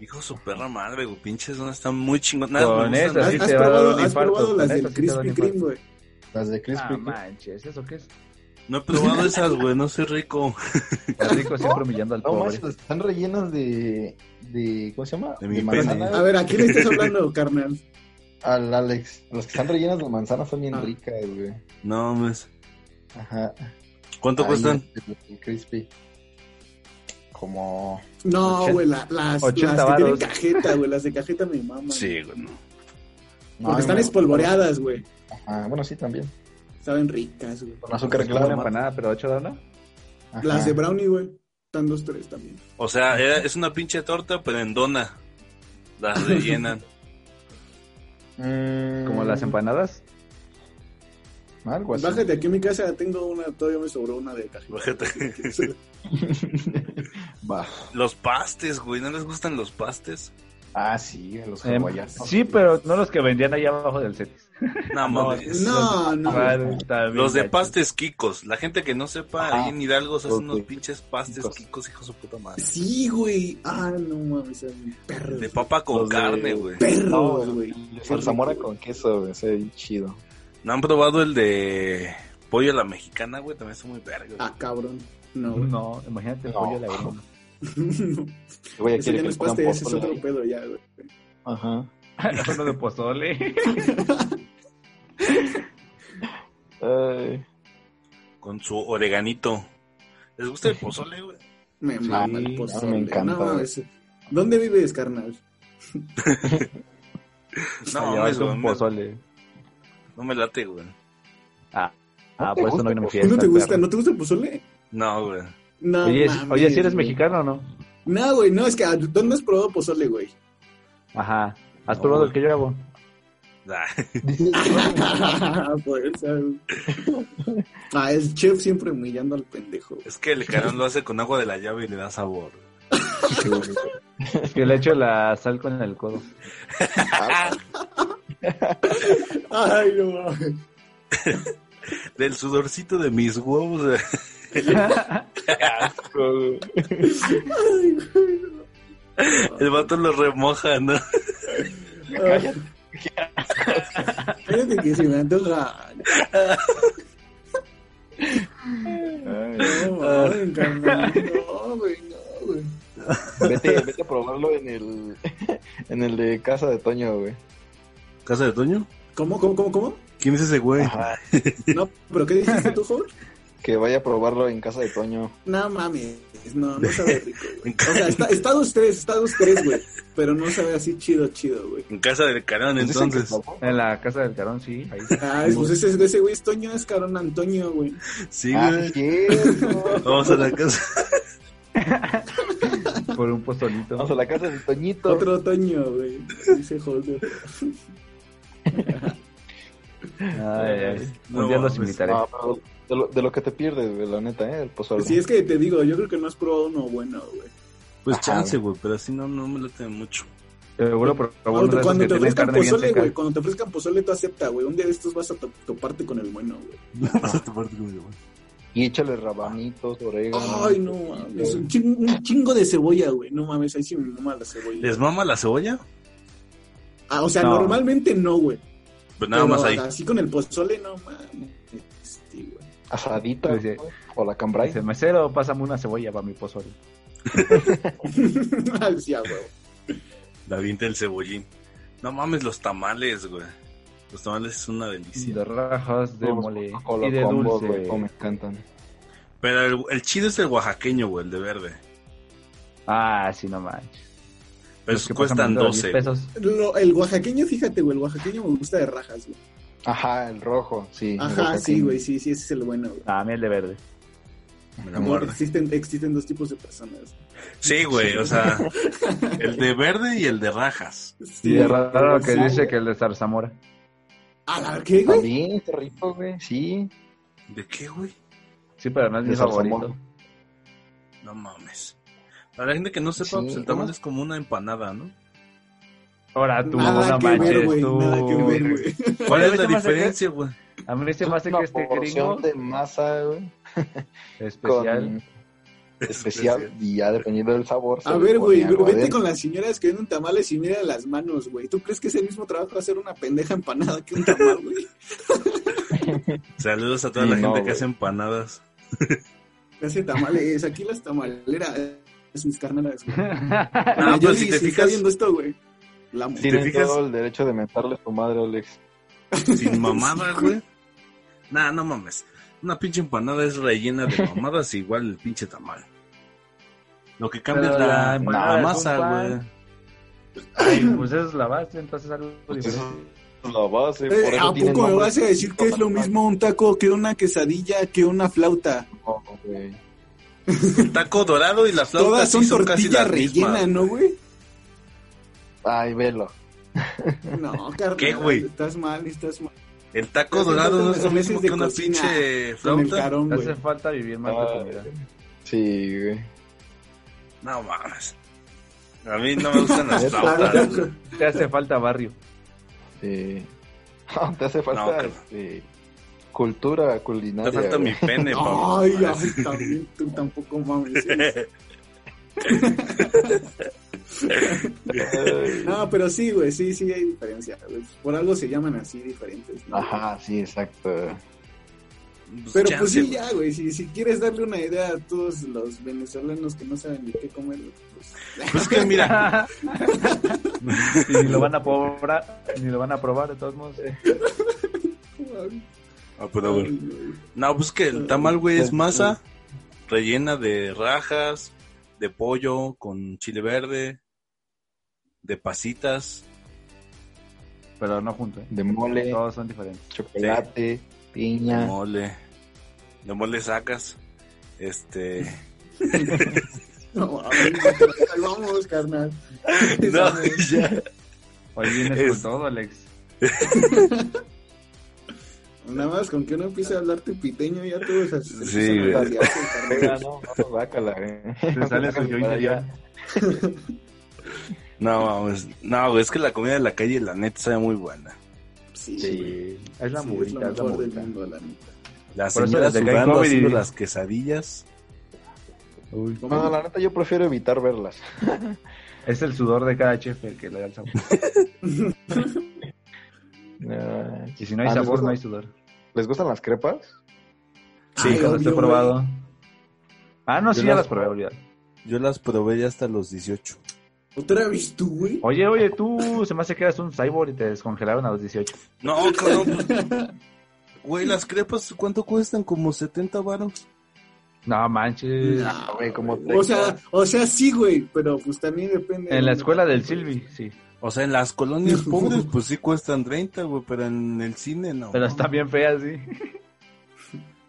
[SPEAKER 8] Hijo de su perra madre, güey. Pinches donas están muy chingonas.
[SPEAKER 6] Con
[SPEAKER 8] me
[SPEAKER 6] esas
[SPEAKER 8] gustan.
[SPEAKER 5] ¿Has,
[SPEAKER 6] sí
[SPEAKER 5] has
[SPEAKER 6] te va a dar
[SPEAKER 5] probado,
[SPEAKER 6] un
[SPEAKER 5] has
[SPEAKER 6] infarto, con
[SPEAKER 5] probado las del
[SPEAKER 6] esas sí te va a dar un
[SPEAKER 5] Krispy Kreme,
[SPEAKER 6] infarto.
[SPEAKER 5] güey?
[SPEAKER 4] Las de Crispy.
[SPEAKER 6] Ah, manches, ¿eso qué es?
[SPEAKER 8] No he probado esas, güey. No soy rico.
[SPEAKER 6] El rico siempre humillando al
[SPEAKER 4] no
[SPEAKER 6] pobre.
[SPEAKER 4] manches, están rellenas de, de. ¿Cómo se llama?
[SPEAKER 8] De mi
[SPEAKER 4] manzana.
[SPEAKER 8] pene.
[SPEAKER 5] A ver, ¿a quién le estás hablando, carnal?
[SPEAKER 4] Al Alex. Las que están rellenas de manzana son bien
[SPEAKER 5] Ah.
[SPEAKER 4] ricas, güey.
[SPEAKER 8] No, mames.
[SPEAKER 4] Ajá.
[SPEAKER 8] ¿Cuánto
[SPEAKER 4] Ahí,
[SPEAKER 8] cuestan?
[SPEAKER 4] el crispy. Como.
[SPEAKER 5] No,
[SPEAKER 6] Ochen-
[SPEAKER 5] güey, la- las, las que
[SPEAKER 6] 80
[SPEAKER 5] tienen
[SPEAKER 6] varos.
[SPEAKER 5] cajeta, güey, las de cajeta me maman.
[SPEAKER 8] Sí, güey. no.
[SPEAKER 4] No,
[SPEAKER 5] Porque están
[SPEAKER 4] no,
[SPEAKER 5] espolvoreadas, güey.
[SPEAKER 4] Ajá, bueno, sí, también.
[SPEAKER 5] Saben ricas, güey.
[SPEAKER 4] Con azúcar
[SPEAKER 6] Como una
[SPEAKER 4] claro.
[SPEAKER 6] empanada, pero ocho dólares.
[SPEAKER 4] Ajá.
[SPEAKER 5] Las de brownie, güey. Están dos, tres también.
[SPEAKER 8] O sea, era- es una pinche torta, pero en dona. Las rellenan.
[SPEAKER 4] Mm,
[SPEAKER 6] Como las empanadas.
[SPEAKER 4] Algo así.
[SPEAKER 5] Bájate aquí en mi casa, tengo una, todavía me sobró una de cajeta.
[SPEAKER 8] Bájate.
[SPEAKER 4] Va.
[SPEAKER 8] Los pastes, güey. ¿No les gustan los pastes?
[SPEAKER 4] Ah, sí, a los
[SPEAKER 6] Em,
[SPEAKER 4] hawaianos.
[SPEAKER 6] sí, pero no los que vendían ahí abajo del Cetis.
[SPEAKER 8] No, mames.
[SPEAKER 5] No, no.
[SPEAKER 6] Claro, está bien
[SPEAKER 8] Los de
[SPEAKER 6] gacho.
[SPEAKER 8] pastes quicos. La gente que no sepa,
[SPEAKER 4] Ajá.
[SPEAKER 8] ahí en Hidalgo se hacen
[SPEAKER 4] Ok.
[SPEAKER 8] unos pinches pastes
[SPEAKER 4] Quicos.
[SPEAKER 8] quicos, hijo de su puta madre.
[SPEAKER 5] Sí, güey. Ah, no mames, saben perros.
[SPEAKER 8] De pues. papa con
[SPEAKER 4] Los de-
[SPEAKER 8] carne, güey.
[SPEAKER 5] perros,
[SPEAKER 4] No,
[SPEAKER 5] güey.
[SPEAKER 4] el de
[SPEAKER 5] Qué
[SPEAKER 4] Zarzamora
[SPEAKER 5] rico,
[SPEAKER 4] con queso, güey. Se ve bien chido.
[SPEAKER 8] ¿No han probado el de pollo a la mexicana, güey? También son muy verga. güey.
[SPEAKER 5] Ah, cabrón. No, güey.
[SPEAKER 6] No, imagínate el
[SPEAKER 4] No.
[SPEAKER 6] pollo de la broma.
[SPEAKER 5] No.
[SPEAKER 4] Güey, aquí
[SPEAKER 5] Ese ya
[SPEAKER 4] le
[SPEAKER 5] no es
[SPEAKER 4] pongan
[SPEAKER 5] pastel, ese es
[SPEAKER 4] pozole.
[SPEAKER 5] otro pedo ya, güey.
[SPEAKER 4] Ajá.
[SPEAKER 6] Uno de pozole.
[SPEAKER 4] Ay,
[SPEAKER 8] Con su oreganito. ¿Les gusta el pozole, güey?
[SPEAKER 5] Me mama el
[SPEAKER 6] no,
[SPEAKER 5] pozole.
[SPEAKER 4] me encanta,
[SPEAKER 5] No,
[SPEAKER 4] güey.
[SPEAKER 5] ese- ¿Dónde vives, carnal?
[SPEAKER 8] No,
[SPEAKER 6] Llevarte
[SPEAKER 8] mames, güey,
[SPEAKER 6] un
[SPEAKER 8] me-
[SPEAKER 6] pozole.
[SPEAKER 8] no me late, güey.
[SPEAKER 6] Ah,
[SPEAKER 4] ¿No
[SPEAKER 6] ah
[SPEAKER 4] te
[SPEAKER 6] por eso
[SPEAKER 4] gusta
[SPEAKER 6] no viene mi
[SPEAKER 4] el
[SPEAKER 6] fiesta.
[SPEAKER 5] ¿No te gusta?
[SPEAKER 6] perro.
[SPEAKER 5] ¿No te gusta el pozole?
[SPEAKER 8] No, güey.
[SPEAKER 5] No,
[SPEAKER 6] Oye, si-
[SPEAKER 5] mames,
[SPEAKER 6] oye, si eres
[SPEAKER 5] güey.
[SPEAKER 6] mexicano o no?
[SPEAKER 5] No, güey, no, es que ¿a- ¿dónde has probado pozole, güey?
[SPEAKER 6] Ajá. ¿Has
[SPEAKER 8] No,
[SPEAKER 6] probado
[SPEAKER 8] güey.
[SPEAKER 6] el que yo hago?
[SPEAKER 8] Nah.
[SPEAKER 5] pues, ah, el chef siempre humillando al pendejo.
[SPEAKER 8] Es que el carón lo hace con agua de la llave y le da sabor.
[SPEAKER 4] qué bonito.
[SPEAKER 6] Que le echo la sal con el codo.
[SPEAKER 5] Ay, no mames.
[SPEAKER 8] Del sudorcito de mis huevos. güey.
[SPEAKER 5] Ay, güey.
[SPEAKER 8] El vato lo remoja, ¿no?
[SPEAKER 5] Cállate. Cállate que se me antoja. No, mames, carnal. Ah. No, güey, no, güey.
[SPEAKER 4] Vete, vete a probarlo en el, en el de casa de Toño, güey.
[SPEAKER 8] ¿Casa de Toño?
[SPEAKER 5] ¿Cómo, cómo, cómo, cómo?
[SPEAKER 8] ¿Quién es ese güey?
[SPEAKER 4] Ajá.
[SPEAKER 5] No, ¿pero qué dijiste tú, Jorge?
[SPEAKER 4] Que vaya a probarlo en casa de Toño.
[SPEAKER 5] No mames, no, no sabe rico, güey. O sea, está, está dos tres, está dos tres, güey. Pero no sabe así chido, chido, güey.
[SPEAKER 8] En casa del carón,
[SPEAKER 4] Dicen que
[SPEAKER 8] entonces.
[SPEAKER 4] está bueno.
[SPEAKER 6] En la casa del carón, sí. Ahí.
[SPEAKER 5] Ah, pues ese, ese güey es Toño, es cabrón Antonio, güey.
[SPEAKER 8] Sí,
[SPEAKER 4] Ah,
[SPEAKER 8] güey.
[SPEAKER 4] sí, cierto.
[SPEAKER 8] Vamos a la casa.
[SPEAKER 6] Por un pozolito.
[SPEAKER 4] Vamos a la casa de Toñito.
[SPEAKER 5] Otro Toño, güey. Dice Holder.
[SPEAKER 6] Ay, ay.
[SPEAKER 8] No
[SPEAKER 6] Ah, un día los
[SPEAKER 8] mames.
[SPEAKER 6] invitaré.
[SPEAKER 5] Ah,
[SPEAKER 4] No, pero de, lo, de lo que te pierdes, güey, la neta, ¿eh? El pozole.
[SPEAKER 5] Si es que te digo, yo creo que no has probado uno bueno, güey.
[SPEAKER 8] Pues
[SPEAKER 4] Ajá,
[SPEAKER 8] chance, güey, pero así no, no me late mucho.
[SPEAKER 6] Seguro, pero
[SPEAKER 8] Ah,
[SPEAKER 5] Cuando, te- cuando te ofrezcan pozole, güey, cuando te ofrezcan pozole, tú acepta, güey. Un día de estos vas a to- toparte con el bueno, güey.
[SPEAKER 8] Vas a tomarte como de, güey.
[SPEAKER 4] Y échale rabanitos,
[SPEAKER 8] Ah.
[SPEAKER 4] orégano.
[SPEAKER 5] Ay, no mames. Un chingo, un chingo de cebolla, güey. No mames, ahí sí me mama la cebolla.
[SPEAKER 8] ¿Les mama la cebolla?
[SPEAKER 5] Ah, o sea,
[SPEAKER 6] No.
[SPEAKER 5] normalmente no, güey.
[SPEAKER 8] Pues nada
[SPEAKER 5] Pero
[SPEAKER 8] más ahí.
[SPEAKER 5] Así con el pozole, no mames. Sí, güey.
[SPEAKER 4] Asadita.
[SPEAKER 6] Sí, sí.
[SPEAKER 4] güey, O la cambray.
[SPEAKER 6] Dice, mesero, pásame una cebolla para mi pozole.
[SPEAKER 5] Ay, sí, a huevo.
[SPEAKER 8] La vinta del cebollín. No mames, los tamales, güey. Los tamales es una delicia.
[SPEAKER 6] De rajas, de
[SPEAKER 4] Los
[SPEAKER 6] mole
[SPEAKER 4] Coca-Cola
[SPEAKER 6] y de
[SPEAKER 4] combo,
[SPEAKER 6] dulce.
[SPEAKER 4] güey, como me encantan.
[SPEAKER 8] Pero el, el chido es el oaxaqueño, güey, el de verde.
[SPEAKER 6] Ah, sí, no manches.
[SPEAKER 8] Pero
[SPEAKER 6] Los
[SPEAKER 8] esos
[SPEAKER 6] que
[SPEAKER 8] Pues
[SPEAKER 6] pasan
[SPEAKER 8] cuestan
[SPEAKER 6] menos de
[SPEAKER 8] 12.
[SPEAKER 6] 10 pesos.
[SPEAKER 5] Lo- el oaxaqueño, fíjate, güey. El oaxaqueño me gusta de rajas, güey.
[SPEAKER 4] Ajá, el rojo, sí. el
[SPEAKER 5] Ajá,
[SPEAKER 4] rojo
[SPEAKER 5] sí,
[SPEAKER 4] aquí.
[SPEAKER 5] güey. Sí, sí, ese es el bueno, güey.
[SPEAKER 6] Ah, a mí el de verde.
[SPEAKER 8] güey. Me la
[SPEAKER 5] Como
[SPEAKER 8] muerde.
[SPEAKER 5] Existen, existen dos tipos de personas.
[SPEAKER 8] Sí, güey, o sea, el de verde y el de rajas.
[SPEAKER 6] Y de raro que
[SPEAKER 5] sí,
[SPEAKER 6] dice
[SPEAKER 5] güey.
[SPEAKER 6] que el de zarzamora.
[SPEAKER 5] ¿A la qué, güey?
[SPEAKER 4] También, está rico, güey, sí.
[SPEAKER 8] ¿De qué, güey?
[SPEAKER 6] Sí, pero no es
[SPEAKER 4] De
[SPEAKER 6] mi
[SPEAKER 4] zarzamora.
[SPEAKER 6] favorito.
[SPEAKER 8] No mames. Para la gente que no sepa,
[SPEAKER 4] Sí,
[SPEAKER 8] pues el tamal
[SPEAKER 4] ¿no?
[SPEAKER 8] es como una empanada, ¿no?
[SPEAKER 6] Ahora tú,
[SPEAKER 5] nada
[SPEAKER 6] no
[SPEAKER 5] que ver,
[SPEAKER 6] manches,
[SPEAKER 5] güey.
[SPEAKER 6] tú.
[SPEAKER 5] Nada que ver, güey.
[SPEAKER 8] ¿Cuál
[SPEAKER 6] A
[SPEAKER 8] es
[SPEAKER 6] mí se
[SPEAKER 8] la
[SPEAKER 6] me hace que-
[SPEAKER 8] diferencia, güey?
[SPEAKER 6] A mí se me hace
[SPEAKER 4] Una
[SPEAKER 6] que este
[SPEAKER 4] porción
[SPEAKER 6] gringo
[SPEAKER 4] de masa, güey.
[SPEAKER 6] especial.
[SPEAKER 4] Con especial. Y ya dependiendo del sabor. se
[SPEAKER 5] A
[SPEAKER 4] le
[SPEAKER 5] ver, güey,
[SPEAKER 4] ponía
[SPEAKER 5] pero
[SPEAKER 4] algo
[SPEAKER 5] vete
[SPEAKER 4] adentro.
[SPEAKER 5] con las señoras que venden tamales y mira las manos, güey. ¿Tú crees que es el mismo trabajo hacer una pendeja empanada que un tamal, güey?
[SPEAKER 8] Saludos a toda
[SPEAKER 4] Sí,
[SPEAKER 8] la
[SPEAKER 4] no,
[SPEAKER 8] gente que
[SPEAKER 4] güey.
[SPEAKER 8] hace empanadas.
[SPEAKER 5] Que Hace tamales, aquí las tamaleras, mis carnalas, güey.
[SPEAKER 8] No,
[SPEAKER 5] Yo
[SPEAKER 8] pero
[SPEAKER 5] sí-
[SPEAKER 8] si te
[SPEAKER 5] sí está
[SPEAKER 8] fijas,
[SPEAKER 5] viendo esto, güey. La amo.
[SPEAKER 4] Tienes
[SPEAKER 8] fijas?
[SPEAKER 4] todo el derecho de mentarle a tu madre, Alex.
[SPEAKER 8] sin mamadas, güey. Nah, no mames. Una pinche empanada es rellena de mamadas igual el pinche tamal. Lo que cambia es
[SPEAKER 6] Pero
[SPEAKER 8] la,
[SPEAKER 6] la empanada
[SPEAKER 8] la
[SPEAKER 6] es
[SPEAKER 8] masa,
[SPEAKER 6] un pan.
[SPEAKER 8] güey.
[SPEAKER 6] Ay, pues eso es la base, entonces algo
[SPEAKER 4] Pues
[SPEAKER 6] diferente.
[SPEAKER 4] eso es la base.
[SPEAKER 5] Eh,
[SPEAKER 4] por eso
[SPEAKER 5] ¿A
[SPEAKER 4] tienen
[SPEAKER 5] poco me
[SPEAKER 4] nombre
[SPEAKER 5] vas a decir que es lo mismo un taco que una quesadilla que una flauta?
[SPEAKER 4] como, güey.
[SPEAKER 8] El taco dorado y la flauta
[SPEAKER 5] Todas
[SPEAKER 8] sí
[SPEAKER 5] son
[SPEAKER 8] casi
[SPEAKER 5] tortillas
[SPEAKER 8] las mismas.
[SPEAKER 5] rellenas, ¿no, güey?
[SPEAKER 4] Ay, velo.
[SPEAKER 5] No, carnal.
[SPEAKER 8] ¿Qué, güey?
[SPEAKER 5] Estás mal, estás mal.
[SPEAKER 8] El taco
[SPEAKER 5] Pero
[SPEAKER 8] dorado
[SPEAKER 5] son
[SPEAKER 8] no es lo
[SPEAKER 5] los meses
[SPEAKER 8] mismo
[SPEAKER 5] de
[SPEAKER 8] que una
[SPEAKER 5] cocina,
[SPEAKER 8] pinche
[SPEAKER 5] Con el
[SPEAKER 8] flauta.
[SPEAKER 5] carón,
[SPEAKER 6] Te
[SPEAKER 5] güey.
[SPEAKER 6] hace falta vivir más de
[SPEAKER 4] Ay,
[SPEAKER 6] comida.
[SPEAKER 4] Sí, güey.
[SPEAKER 8] No mames. A mí no me gustan las
[SPEAKER 4] Neta.
[SPEAKER 8] flautas. güey.
[SPEAKER 6] Te hace falta barrio.
[SPEAKER 4] Sí. No, te hace
[SPEAKER 8] No,
[SPEAKER 4] falta
[SPEAKER 8] cabrón.
[SPEAKER 4] este, cultura
[SPEAKER 8] Me
[SPEAKER 4] culinaria.
[SPEAKER 8] falta
[SPEAKER 4] güey.
[SPEAKER 8] mi pene, Pablo.
[SPEAKER 5] Ay, ay, también tú tampoco mames.
[SPEAKER 8] Pues
[SPEAKER 4] Ay.
[SPEAKER 5] No, pero sí, güey, sí, sí hay diferencia. güey. Por algo se llaman así diferentes. ¿no?
[SPEAKER 4] Ajá, sí, exacto.
[SPEAKER 5] Pero
[SPEAKER 8] Ah, Chance,
[SPEAKER 5] pues sí,
[SPEAKER 8] güey.
[SPEAKER 5] ya, güey, si, si quieres darle una idea a todos los venezolanos que no saben ni qué comer, pues...
[SPEAKER 8] Pues que mira,
[SPEAKER 6] Y ni lo van a probar, ni lo van a probar de todos modos.
[SPEAKER 5] ay,
[SPEAKER 8] Ah,
[SPEAKER 5] pues,
[SPEAKER 8] pero bueno.
[SPEAKER 5] güey.
[SPEAKER 8] No, pues que el tamal, güey, es masa rellena de rajas, de pollo con chile verde, de pasitas.
[SPEAKER 6] Pero no junto, ¿eh?
[SPEAKER 4] De mole,
[SPEAKER 6] Todos son diferentes.
[SPEAKER 4] chocolate,
[SPEAKER 8] De
[SPEAKER 4] piña.
[SPEAKER 8] mole. De mole sacas. Este.
[SPEAKER 5] No, a ver, ahí vamos, carnal.
[SPEAKER 8] No, ya.
[SPEAKER 6] Hoy vienes
[SPEAKER 8] Es-
[SPEAKER 6] con todo, Alex.
[SPEAKER 5] Nada más, con que uno empiece a hablarte piteño ya todos se- se
[SPEAKER 8] Sí,
[SPEAKER 5] empiezan a
[SPEAKER 8] güey.
[SPEAKER 5] pelear, carnal.
[SPEAKER 4] Venga, no, no, guácala, güey.
[SPEAKER 6] Te sale su yoína ya.
[SPEAKER 8] No, mames. No, güey, es que la comida de la calle, la neta, sabe muy buena.
[SPEAKER 5] Sí, güey.
[SPEAKER 6] Sí. Es la
[SPEAKER 5] Sí,
[SPEAKER 6] murita, es la
[SPEAKER 5] mejor del
[SPEAKER 6] murita.
[SPEAKER 5] mundo, la neta.
[SPEAKER 8] Las
[SPEAKER 6] Por eso
[SPEAKER 8] señoras
[SPEAKER 6] desde que hay
[SPEAKER 8] sudando
[SPEAKER 6] COVID y-
[SPEAKER 8] haciendo las quesadillas.
[SPEAKER 4] No, la neta, yo prefiero evitar verlas.
[SPEAKER 6] Es el sudor de cada chef el que le da el sabor.
[SPEAKER 4] No.
[SPEAKER 6] Y si no hay
[SPEAKER 4] Ah, ¿les
[SPEAKER 6] sabor,
[SPEAKER 4] gusta?
[SPEAKER 6] no hay sudor.
[SPEAKER 4] ¿Les gustan las crepas?
[SPEAKER 8] Sí,
[SPEAKER 5] Ay,
[SPEAKER 6] Nunca las
[SPEAKER 5] obvio,
[SPEAKER 6] he
[SPEAKER 5] güey.
[SPEAKER 6] probado. Ah, no,
[SPEAKER 8] Yo
[SPEAKER 6] sí, ya
[SPEAKER 8] las-
[SPEAKER 6] las probé, olvidar.
[SPEAKER 8] Yo las probé ya hasta los 18.
[SPEAKER 5] ¿Otra vez tú, güey?
[SPEAKER 6] Oye, oye, tú se me hace que eras un cyborg y te descongelaron a los 18.
[SPEAKER 8] No, cabrón. pues, Güey, las crepas, ¿cuánto cuestan? Como 70 varos.
[SPEAKER 6] No manches.
[SPEAKER 5] No,
[SPEAKER 4] güey, como
[SPEAKER 5] güey. Ah, o sea, o sea, sí, güey, pero pues también depende. de
[SPEAKER 6] En la
[SPEAKER 5] dónde
[SPEAKER 6] escuela del
[SPEAKER 5] vayas,
[SPEAKER 6] Silvi, sí.
[SPEAKER 8] O sea, en las colonias pobres, pues sí cuestan 30, güey, pero en el cine no.
[SPEAKER 6] Pero están bien feas, sí.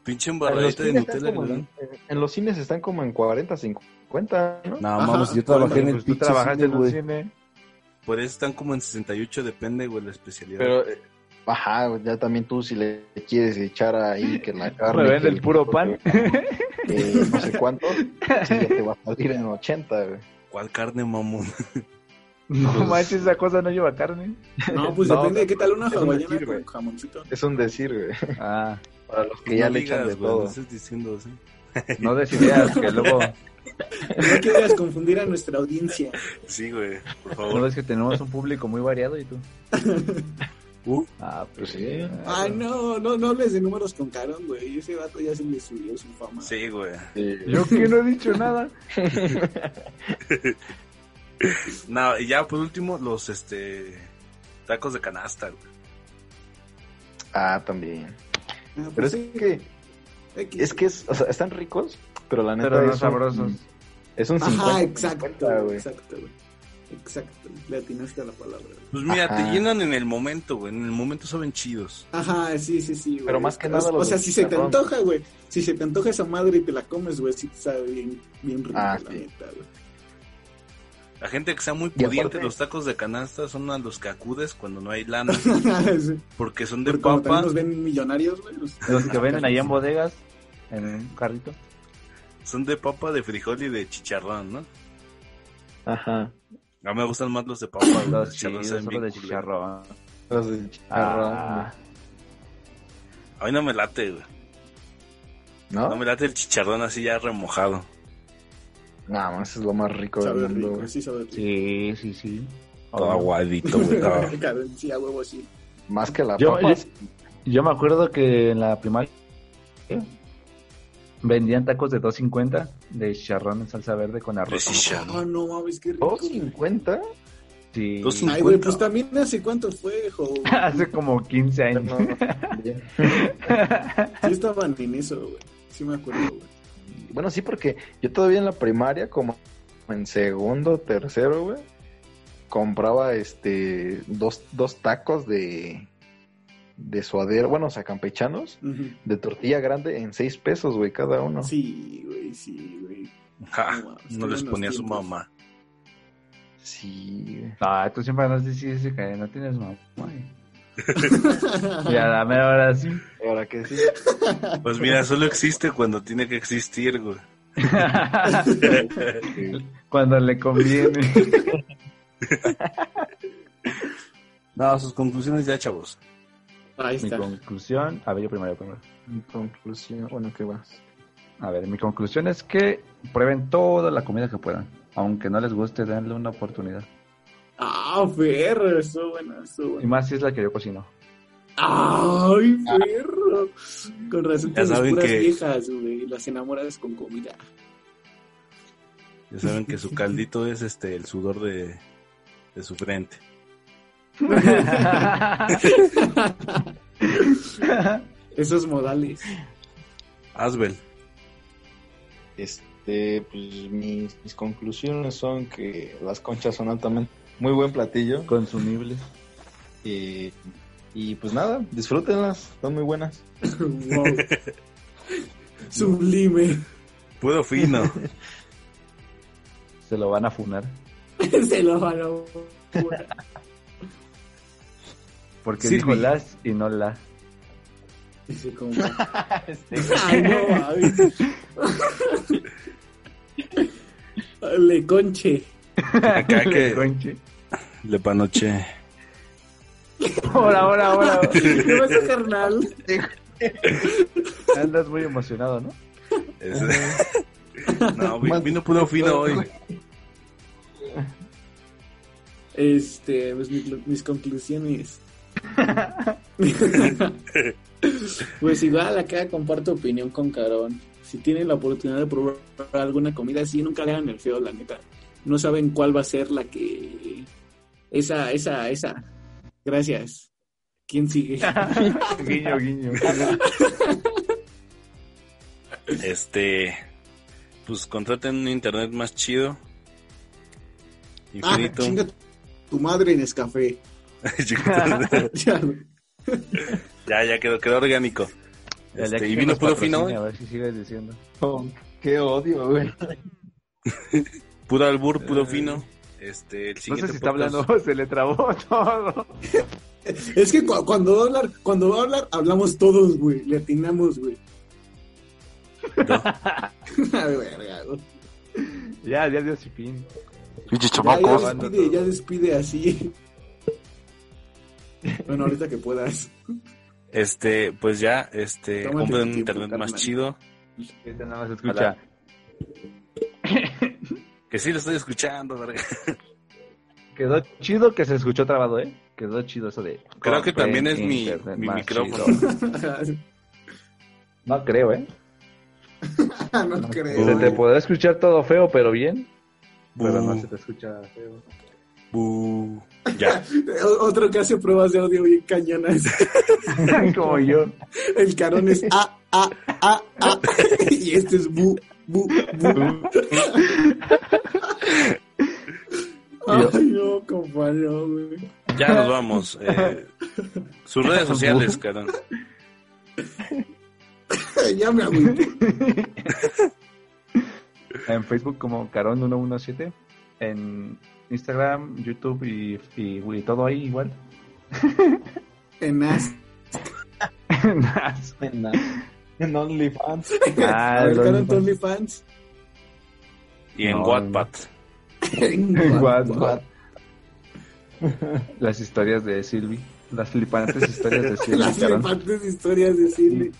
[SPEAKER 8] Pinche
[SPEAKER 4] En los,
[SPEAKER 8] embarradita de
[SPEAKER 4] cines están
[SPEAKER 8] Nutella,
[SPEAKER 4] como
[SPEAKER 8] ¿verdad?
[SPEAKER 4] en, en los cines están como en 40, 50, ¿no?
[SPEAKER 8] No,
[SPEAKER 5] Ajá.
[SPEAKER 8] mames, yo
[SPEAKER 6] Pero
[SPEAKER 8] trabajé en el
[SPEAKER 6] pues tú
[SPEAKER 8] pinche
[SPEAKER 6] trabajaste
[SPEAKER 8] cine,
[SPEAKER 6] en un
[SPEAKER 8] güey.
[SPEAKER 6] cine.
[SPEAKER 8] Por eso están como en 68, depende, güey, la especialidad.
[SPEAKER 4] Pero, eh, ajá, güey, ya también tú si le quieres echar ahí que la carne...
[SPEAKER 6] Me ven
[SPEAKER 4] que
[SPEAKER 6] el puro pan.
[SPEAKER 4] eh, no sé cuánto, sí, ya te va a salir en 80, güey.
[SPEAKER 8] ¿Cuál carne, mamón?
[SPEAKER 6] Pues,
[SPEAKER 7] No manches, esa cosa no lleva carne.
[SPEAKER 5] No, pues depende de qué tal una
[SPEAKER 4] es un
[SPEAKER 5] hawaiana
[SPEAKER 4] decir,
[SPEAKER 5] con
[SPEAKER 4] güey.
[SPEAKER 5] jamoncito.
[SPEAKER 4] Es un decir, güey.
[SPEAKER 6] Ah,
[SPEAKER 4] Para los que ya le echan de todo.
[SPEAKER 8] estás diciendo así.
[SPEAKER 6] no desideas, que luego.
[SPEAKER 5] No quieras confundir a nuestra audiencia.
[SPEAKER 8] Sí, güey, por
[SPEAKER 6] No
[SPEAKER 8] favor.
[SPEAKER 6] ves que tenemos un público muy variado y tú.
[SPEAKER 8] Uh.
[SPEAKER 6] Ah, pues
[SPEAKER 4] Pues sí.
[SPEAKER 5] Ay, no, no, no hables de números con Carón, güey. Ese vato ya se le subió su fama.
[SPEAKER 8] Sí, güey.
[SPEAKER 7] Yo que no he dicho nada.
[SPEAKER 8] No, y ya por último, los este tacos de canasta, güey.
[SPEAKER 4] Ah, también.
[SPEAKER 5] Ah,
[SPEAKER 4] Pero
[SPEAKER 5] pues
[SPEAKER 4] es que,
[SPEAKER 5] X.
[SPEAKER 4] es que es, o sea, están ricos, pero la neta
[SPEAKER 7] Pero no
[SPEAKER 4] es
[SPEAKER 7] sabrosos.
[SPEAKER 4] Un, es un 50.
[SPEAKER 5] Ajá, exacto,
[SPEAKER 4] 50, güey.
[SPEAKER 5] exacto, güey. Exacto, le atinaste a la palabra. güey.
[SPEAKER 8] Pues mira,
[SPEAKER 4] Ajá.
[SPEAKER 8] te llenan en el momento, güey. En el momento saben chidos.
[SPEAKER 5] Ajá, sí, sí, sí, güey.
[SPEAKER 4] Pero más que
[SPEAKER 5] O-
[SPEAKER 4] nada
[SPEAKER 5] O,
[SPEAKER 4] los
[SPEAKER 5] sea,
[SPEAKER 4] de
[SPEAKER 5] si se te
[SPEAKER 4] chicharrón.
[SPEAKER 5] antoja, güey. Si se te antoja esa madre y te la comes, güey, sí te sabe bien, bien rico,
[SPEAKER 4] Ah,
[SPEAKER 5] la
[SPEAKER 4] sí.
[SPEAKER 5] neta, güey.
[SPEAKER 8] La gente que sea muy
[SPEAKER 4] Y
[SPEAKER 8] pudiente,
[SPEAKER 4] aparte-
[SPEAKER 8] los tacos de canasta son a los que acudes cuando no hay lana,
[SPEAKER 5] Sí.
[SPEAKER 8] porque son de
[SPEAKER 5] Porque como también
[SPEAKER 8] papa,
[SPEAKER 5] nos ven millonarios, güey. Los,
[SPEAKER 6] Los que venden allá en bodegas, en un carrito.
[SPEAKER 8] son de papa, de frijol y de chicharrón, ¿no?
[SPEAKER 4] Ajá.
[SPEAKER 8] A mí me gustan más los de papa, güey, los
[SPEAKER 6] Pues Los
[SPEAKER 8] de chicharrón
[SPEAKER 6] chidos,
[SPEAKER 8] saben
[SPEAKER 6] solo
[SPEAKER 8] bien
[SPEAKER 6] de
[SPEAKER 8] culeros.
[SPEAKER 6] chicharrón.
[SPEAKER 4] Los de chicharrón,
[SPEAKER 6] Ah,
[SPEAKER 8] A mí no me late, güey.
[SPEAKER 4] ¿No?
[SPEAKER 8] No
[SPEAKER 4] No,
[SPEAKER 8] me late el chicharrón así ya remojado.
[SPEAKER 4] más es lo más rico
[SPEAKER 5] Sabe
[SPEAKER 4] del mundo,
[SPEAKER 5] rico,
[SPEAKER 4] güey.
[SPEAKER 5] sí, sabe rico.
[SPEAKER 6] sí, sí, sí.
[SPEAKER 8] Todo aguadito, güey. todo.
[SPEAKER 5] Carón, sí, a huevo, sí.
[SPEAKER 4] Más que la
[SPEAKER 6] Yo,
[SPEAKER 4] papa.
[SPEAKER 6] yo- yo me acuerdo que en la primaria vendían tacos de 2.50 de chicharrón en salsa verde con
[SPEAKER 8] De
[SPEAKER 6] arroz.
[SPEAKER 5] Ah,
[SPEAKER 8] chicharrón.
[SPEAKER 5] no mames, qué rico.
[SPEAKER 4] ¿Dos
[SPEAKER 5] güey.
[SPEAKER 4] cincuenta?
[SPEAKER 6] Sí.
[SPEAKER 8] Dos-
[SPEAKER 5] Ay, güey, pues también hace cuánto fue, jo. güey.
[SPEAKER 6] Hace como 15 años.
[SPEAKER 4] No, bien.
[SPEAKER 5] Sí estaban en eso, güey. Sí me acuerdo, güey.
[SPEAKER 4] Bueno, sí, porque yo todavía en la primaria, como en segundo, tercero, güey, compraba este dos, dos tacos de, de suadero, bueno, o sea, campechanos,
[SPEAKER 5] Ujú.
[SPEAKER 4] de tortilla grande en seis pesos, güey, cada uno.
[SPEAKER 5] Sí, güey, sí, güey.
[SPEAKER 8] Ja,
[SPEAKER 5] No, es que
[SPEAKER 8] no les
[SPEAKER 5] buenos
[SPEAKER 8] ponía a su
[SPEAKER 5] tiempos.
[SPEAKER 8] mamá.
[SPEAKER 4] Sí, güey.
[SPEAKER 6] Ah, tú siempre nos dices que no tienes mamá. Y a la mera hora sí.
[SPEAKER 4] Ahora que sí.
[SPEAKER 8] Pues mira, solo existe cuando tiene que existir, güey.
[SPEAKER 6] Cuando le conviene.
[SPEAKER 8] No, sus conclusiones ya, chavos.
[SPEAKER 5] Ahí
[SPEAKER 6] Mi
[SPEAKER 5] está.
[SPEAKER 6] conclusión. A ver, yo primero, primero.
[SPEAKER 4] En conclusión, bueno, ¿qué vas?
[SPEAKER 6] A ver, mi conclusión es que prueben toda la comida que puedan. Aunque no les guste, denle una oportunidad.
[SPEAKER 5] Ah, perro, eso bueno, eso
[SPEAKER 6] Y
[SPEAKER 5] bueno.
[SPEAKER 6] más si es la que yo cocino.
[SPEAKER 5] Ay, perro. Con razón
[SPEAKER 8] Ah. Ya
[SPEAKER 5] tienes
[SPEAKER 8] saben
[SPEAKER 5] puras
[SPEAKER 8] que-
[SPEAKER 5] viejas, güey. Las enamoras con comida.
[SPEAKER 8] Ya saben que su caldito es este el sudor de, de su frente.
[SPEAKER 5] Esos modales.
[SPEAKER 8] Asbel,
[SPEAKER 4] Este, pues mis, mis conclusiones son que las conchas son altamente muy buen platillo
[SPEAKER 6] Consumibles.
[SPEAKER 4] eh, y pues nada, disfrútenlas, son muy buenas.
[SPEAKER 5] Wow. Sublime.
[SPEAKER 8] puedo fino.
[SPEAKER 6] Se lo van a funar.
[SPEAKER 5] Se lo van a-
[SPEAKER 6] Porque
[SPEAKER 8] Sí,
[SPEAKER 6] dijo
[SPEAKER 8] sí.
[SPEAKER 6] las y no la.
[SPEAKER 5] Así como- Ay, no, mami. Le conche.
[SPEAKER 8] Acá
[SPEAKER 6] Le
[SPEAKER 8] que
[SPEAKER 6] conche.
[SPEAKER 8] le panoche.
[SPEAKER 6] Ahora, ahora, ahora.
[SPEAKER 5] ¿Qué pasa, carnal?
[SPEAKER 6] Andas muy emocionado, ¿no?
[SPEAKER 8] Es- no, vi- vino puro fino hoy.
[SPEAKER 5] Este, pues mi- mis conclusiones. pues igual acá comparto opinión con Carón. Si tienen la oportunidad de probar alguna comida así, nunca le hagan el feo, la neta. No saben cuál va a ser la que... Esa, esa, esa. Gracias. ¿Quién sigue?
[SPEAKER 6] Guiño, guiño.
[SPEAKER 8] Este, pues contraten un internet más chido.
[SPEAKER 5] Ah,
[SPEAKER 8] Infinito.
[SPEAKER 5] chinga tu madre en Escafé. Ya, güey.
[SPEAKER 8] ya, ya quedó, quedó orgánico.
[SPEAKER 6] El día
[SPEAKER 8] Este,
[SPEAKER 6] que
[SPEAKER 8] y vino
[SPEAKER 6] nos
[SPEAKER 8] puro fino
[SPEAKER 6] patrocine,
[SPEAKER 8] hoy.
[SPEAKER 6] A ver si sigues diciendo.
[SPEAKER 4] Oh, qué odio, güey.
[SPEAKER 8] Puro albur, puro fino. Este,
[SPEAKER 6] Eh, No
[SPEAKER 8] el
[SPEAKER 6] sé
[SPEAKER 8] siguiente
[SPEAKER 6] si está
[SPEAKER 8] podcast-
[SPEAKER 6] hablando, se le trabó todo.
[SPEAKER 5] Es que cu- cuando va a hablar, cuando va a hablar, hablamos todos, güey. Le atinamos, güey.
[SPEAKER 8] No.
[SPEAKER 5] A verga, güey.
[SPEAKER 6] Ya, ya dio su fin.
[SPEAKER 8] Pinche
[SPEAKER 5] Ya, ya
[SPEAKER 8] chamacos.
[SPEAKER 5] despide, ya despide así. Bueno, ahorita que puedas.
[SPEAKER 8] Este, pues ya, este,
[SPEAKER 5] Tómate
[SPEAKER 8] compren
[SPEAKER 5] tu
[SPEAKER 8] un
[SPEAKER 5] tiempo,
[SPEAKER 8] internet más
[SPEAKER 5] carnal.
[SPEAKER 8] chido.
[SPEAKER 6] Ahorita nada más escucha.
[SPEAKER 8] Que sí lo estoy escuchando, verga.
[SPEAKER 6] Quedó chido que se escuchó trabado, ¿eh? Quedó chido eso de.
[SPEAKER 8] Creo
[SPEAKER 6] Compren
[SPEAKER 8] que también es mi-
[SPEAKER 6] internet
[SPEAKER 8] mi
[SPEAKER 6] más
[SPEAKER 8] micrófono.
[SPEAKER 6] chido.
[SPEAKER 5] Ah,
[SPEAKER 6] No creo, ¿eh?
[SPEAKER 5] no creo.
[SPEAKER 6] Se te podrá escuchar todo feo, pero bien. Pero
[SPEAKER 8] Bu,
[SPEAKER 6] no se te escucha feo.
[SPEAKER 8] bu. Ya.
[SPEAKER 5] O- Otro que hace pruebas de audio bien cañonas.
[SPEAKER 6] Como yo.
[SPEAKER 5] El carón es A, A, A, A. Y este es Bu, Bu, Bu. Ay, no, compañero, güey.
[SPEAKER 8] Ya nos vamos. eh, sus redes sociales, carón.
[SPEAKER 5] Ya me agüité.
[SPEAKER 6] En Facebook como Carón117. En Instagram, YouTube y, y- y todo ahí igual.
[SPEAKER 5] En as.
[SPEAKER 4] En, en OnlyFans.
[SPEAKER 5] A ver,
[SPEAKER 6] Ah, lo-
[SPEAKER 5] Carón Tony Fans.
[SPEAKER 8] Y en
[SPEAKER 6] No,
[SPEAKER 8] Wattpad.
[SPEAKER 6] What, what. Las historias de Silvi. Las flipantes historias de Silvi.
[SPEAKER 5] Las
[SPEAKER 6] Carón.
[SPEAKER 5] flipantes historias de cine.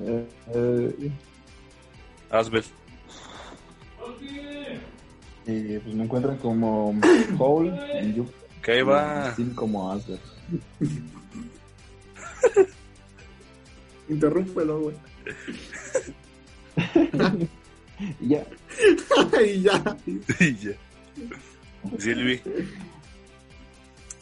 [SPEAKER 4] Eh, eh,
[SPEAKER 8] Asbel.
[SPEAKER 4] y pues me encuentran como Hole en YouTube.
[SPEAKER 8] Que ahí va.
[SPEAKER 4] Steam como Asbel.
[SPEAKER 5] Interrúmpelo, güey.
[SPEAKER 4] Y ya.
[SPEAKER 5] Y ya.
[SPEAKER 8] Y ya. Silvi.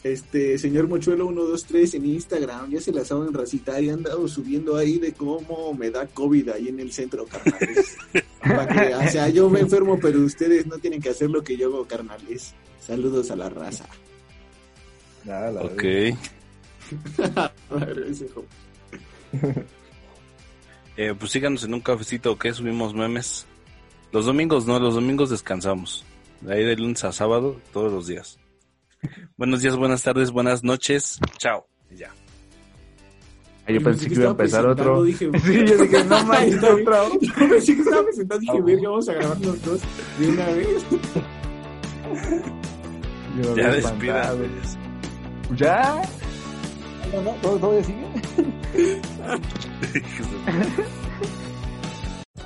[SPEAKER 5] Este, señor Mochuelo 123 en Instagram, ya se la saben racita y han dado subiendo ahí de cómo me da COVID ahí en el centro, carnales. Pa' que, o sea, yo me enfermo, pero ustedes no tienen que hacer lo que yo hago, carnales. Saludos a la raza.
[SPEAKER 4] Nada, la
[SPEAKER 8] Ok.
[SPEAKER 4] verdad.
[SPEAKER 8] Eh, pues síganos en un cafecito que subimos memes. Los domingos no, los domingos descansamos. De ahí de lunes a sábado, todos los días. Buenos días, buenas tardes, buenas noches. Chao. Y Ya.
[SPEAKER 6] Ah, Yo pensé que iba a empezar otro.
[SPEAKER 5] Dije,
[SPEAKER 6] Sí, yo dije, no mames,
[SPEAKER 5] Está bien.
[SPEAKER 6] otra vez.
[SPEAKER 5] yo pensé que estaba presentando, dije, verga, vamos a grabar los dos de una vez.
[SPEAKER 6] Yo me
[SPEAKER 8] Ya
[SPEAKER 6] había
[SPEAKER 8] despidas.
[SPEAKER 6] espantado. Ya.
[SPEAKER 4] No, no, todo, todo sigue.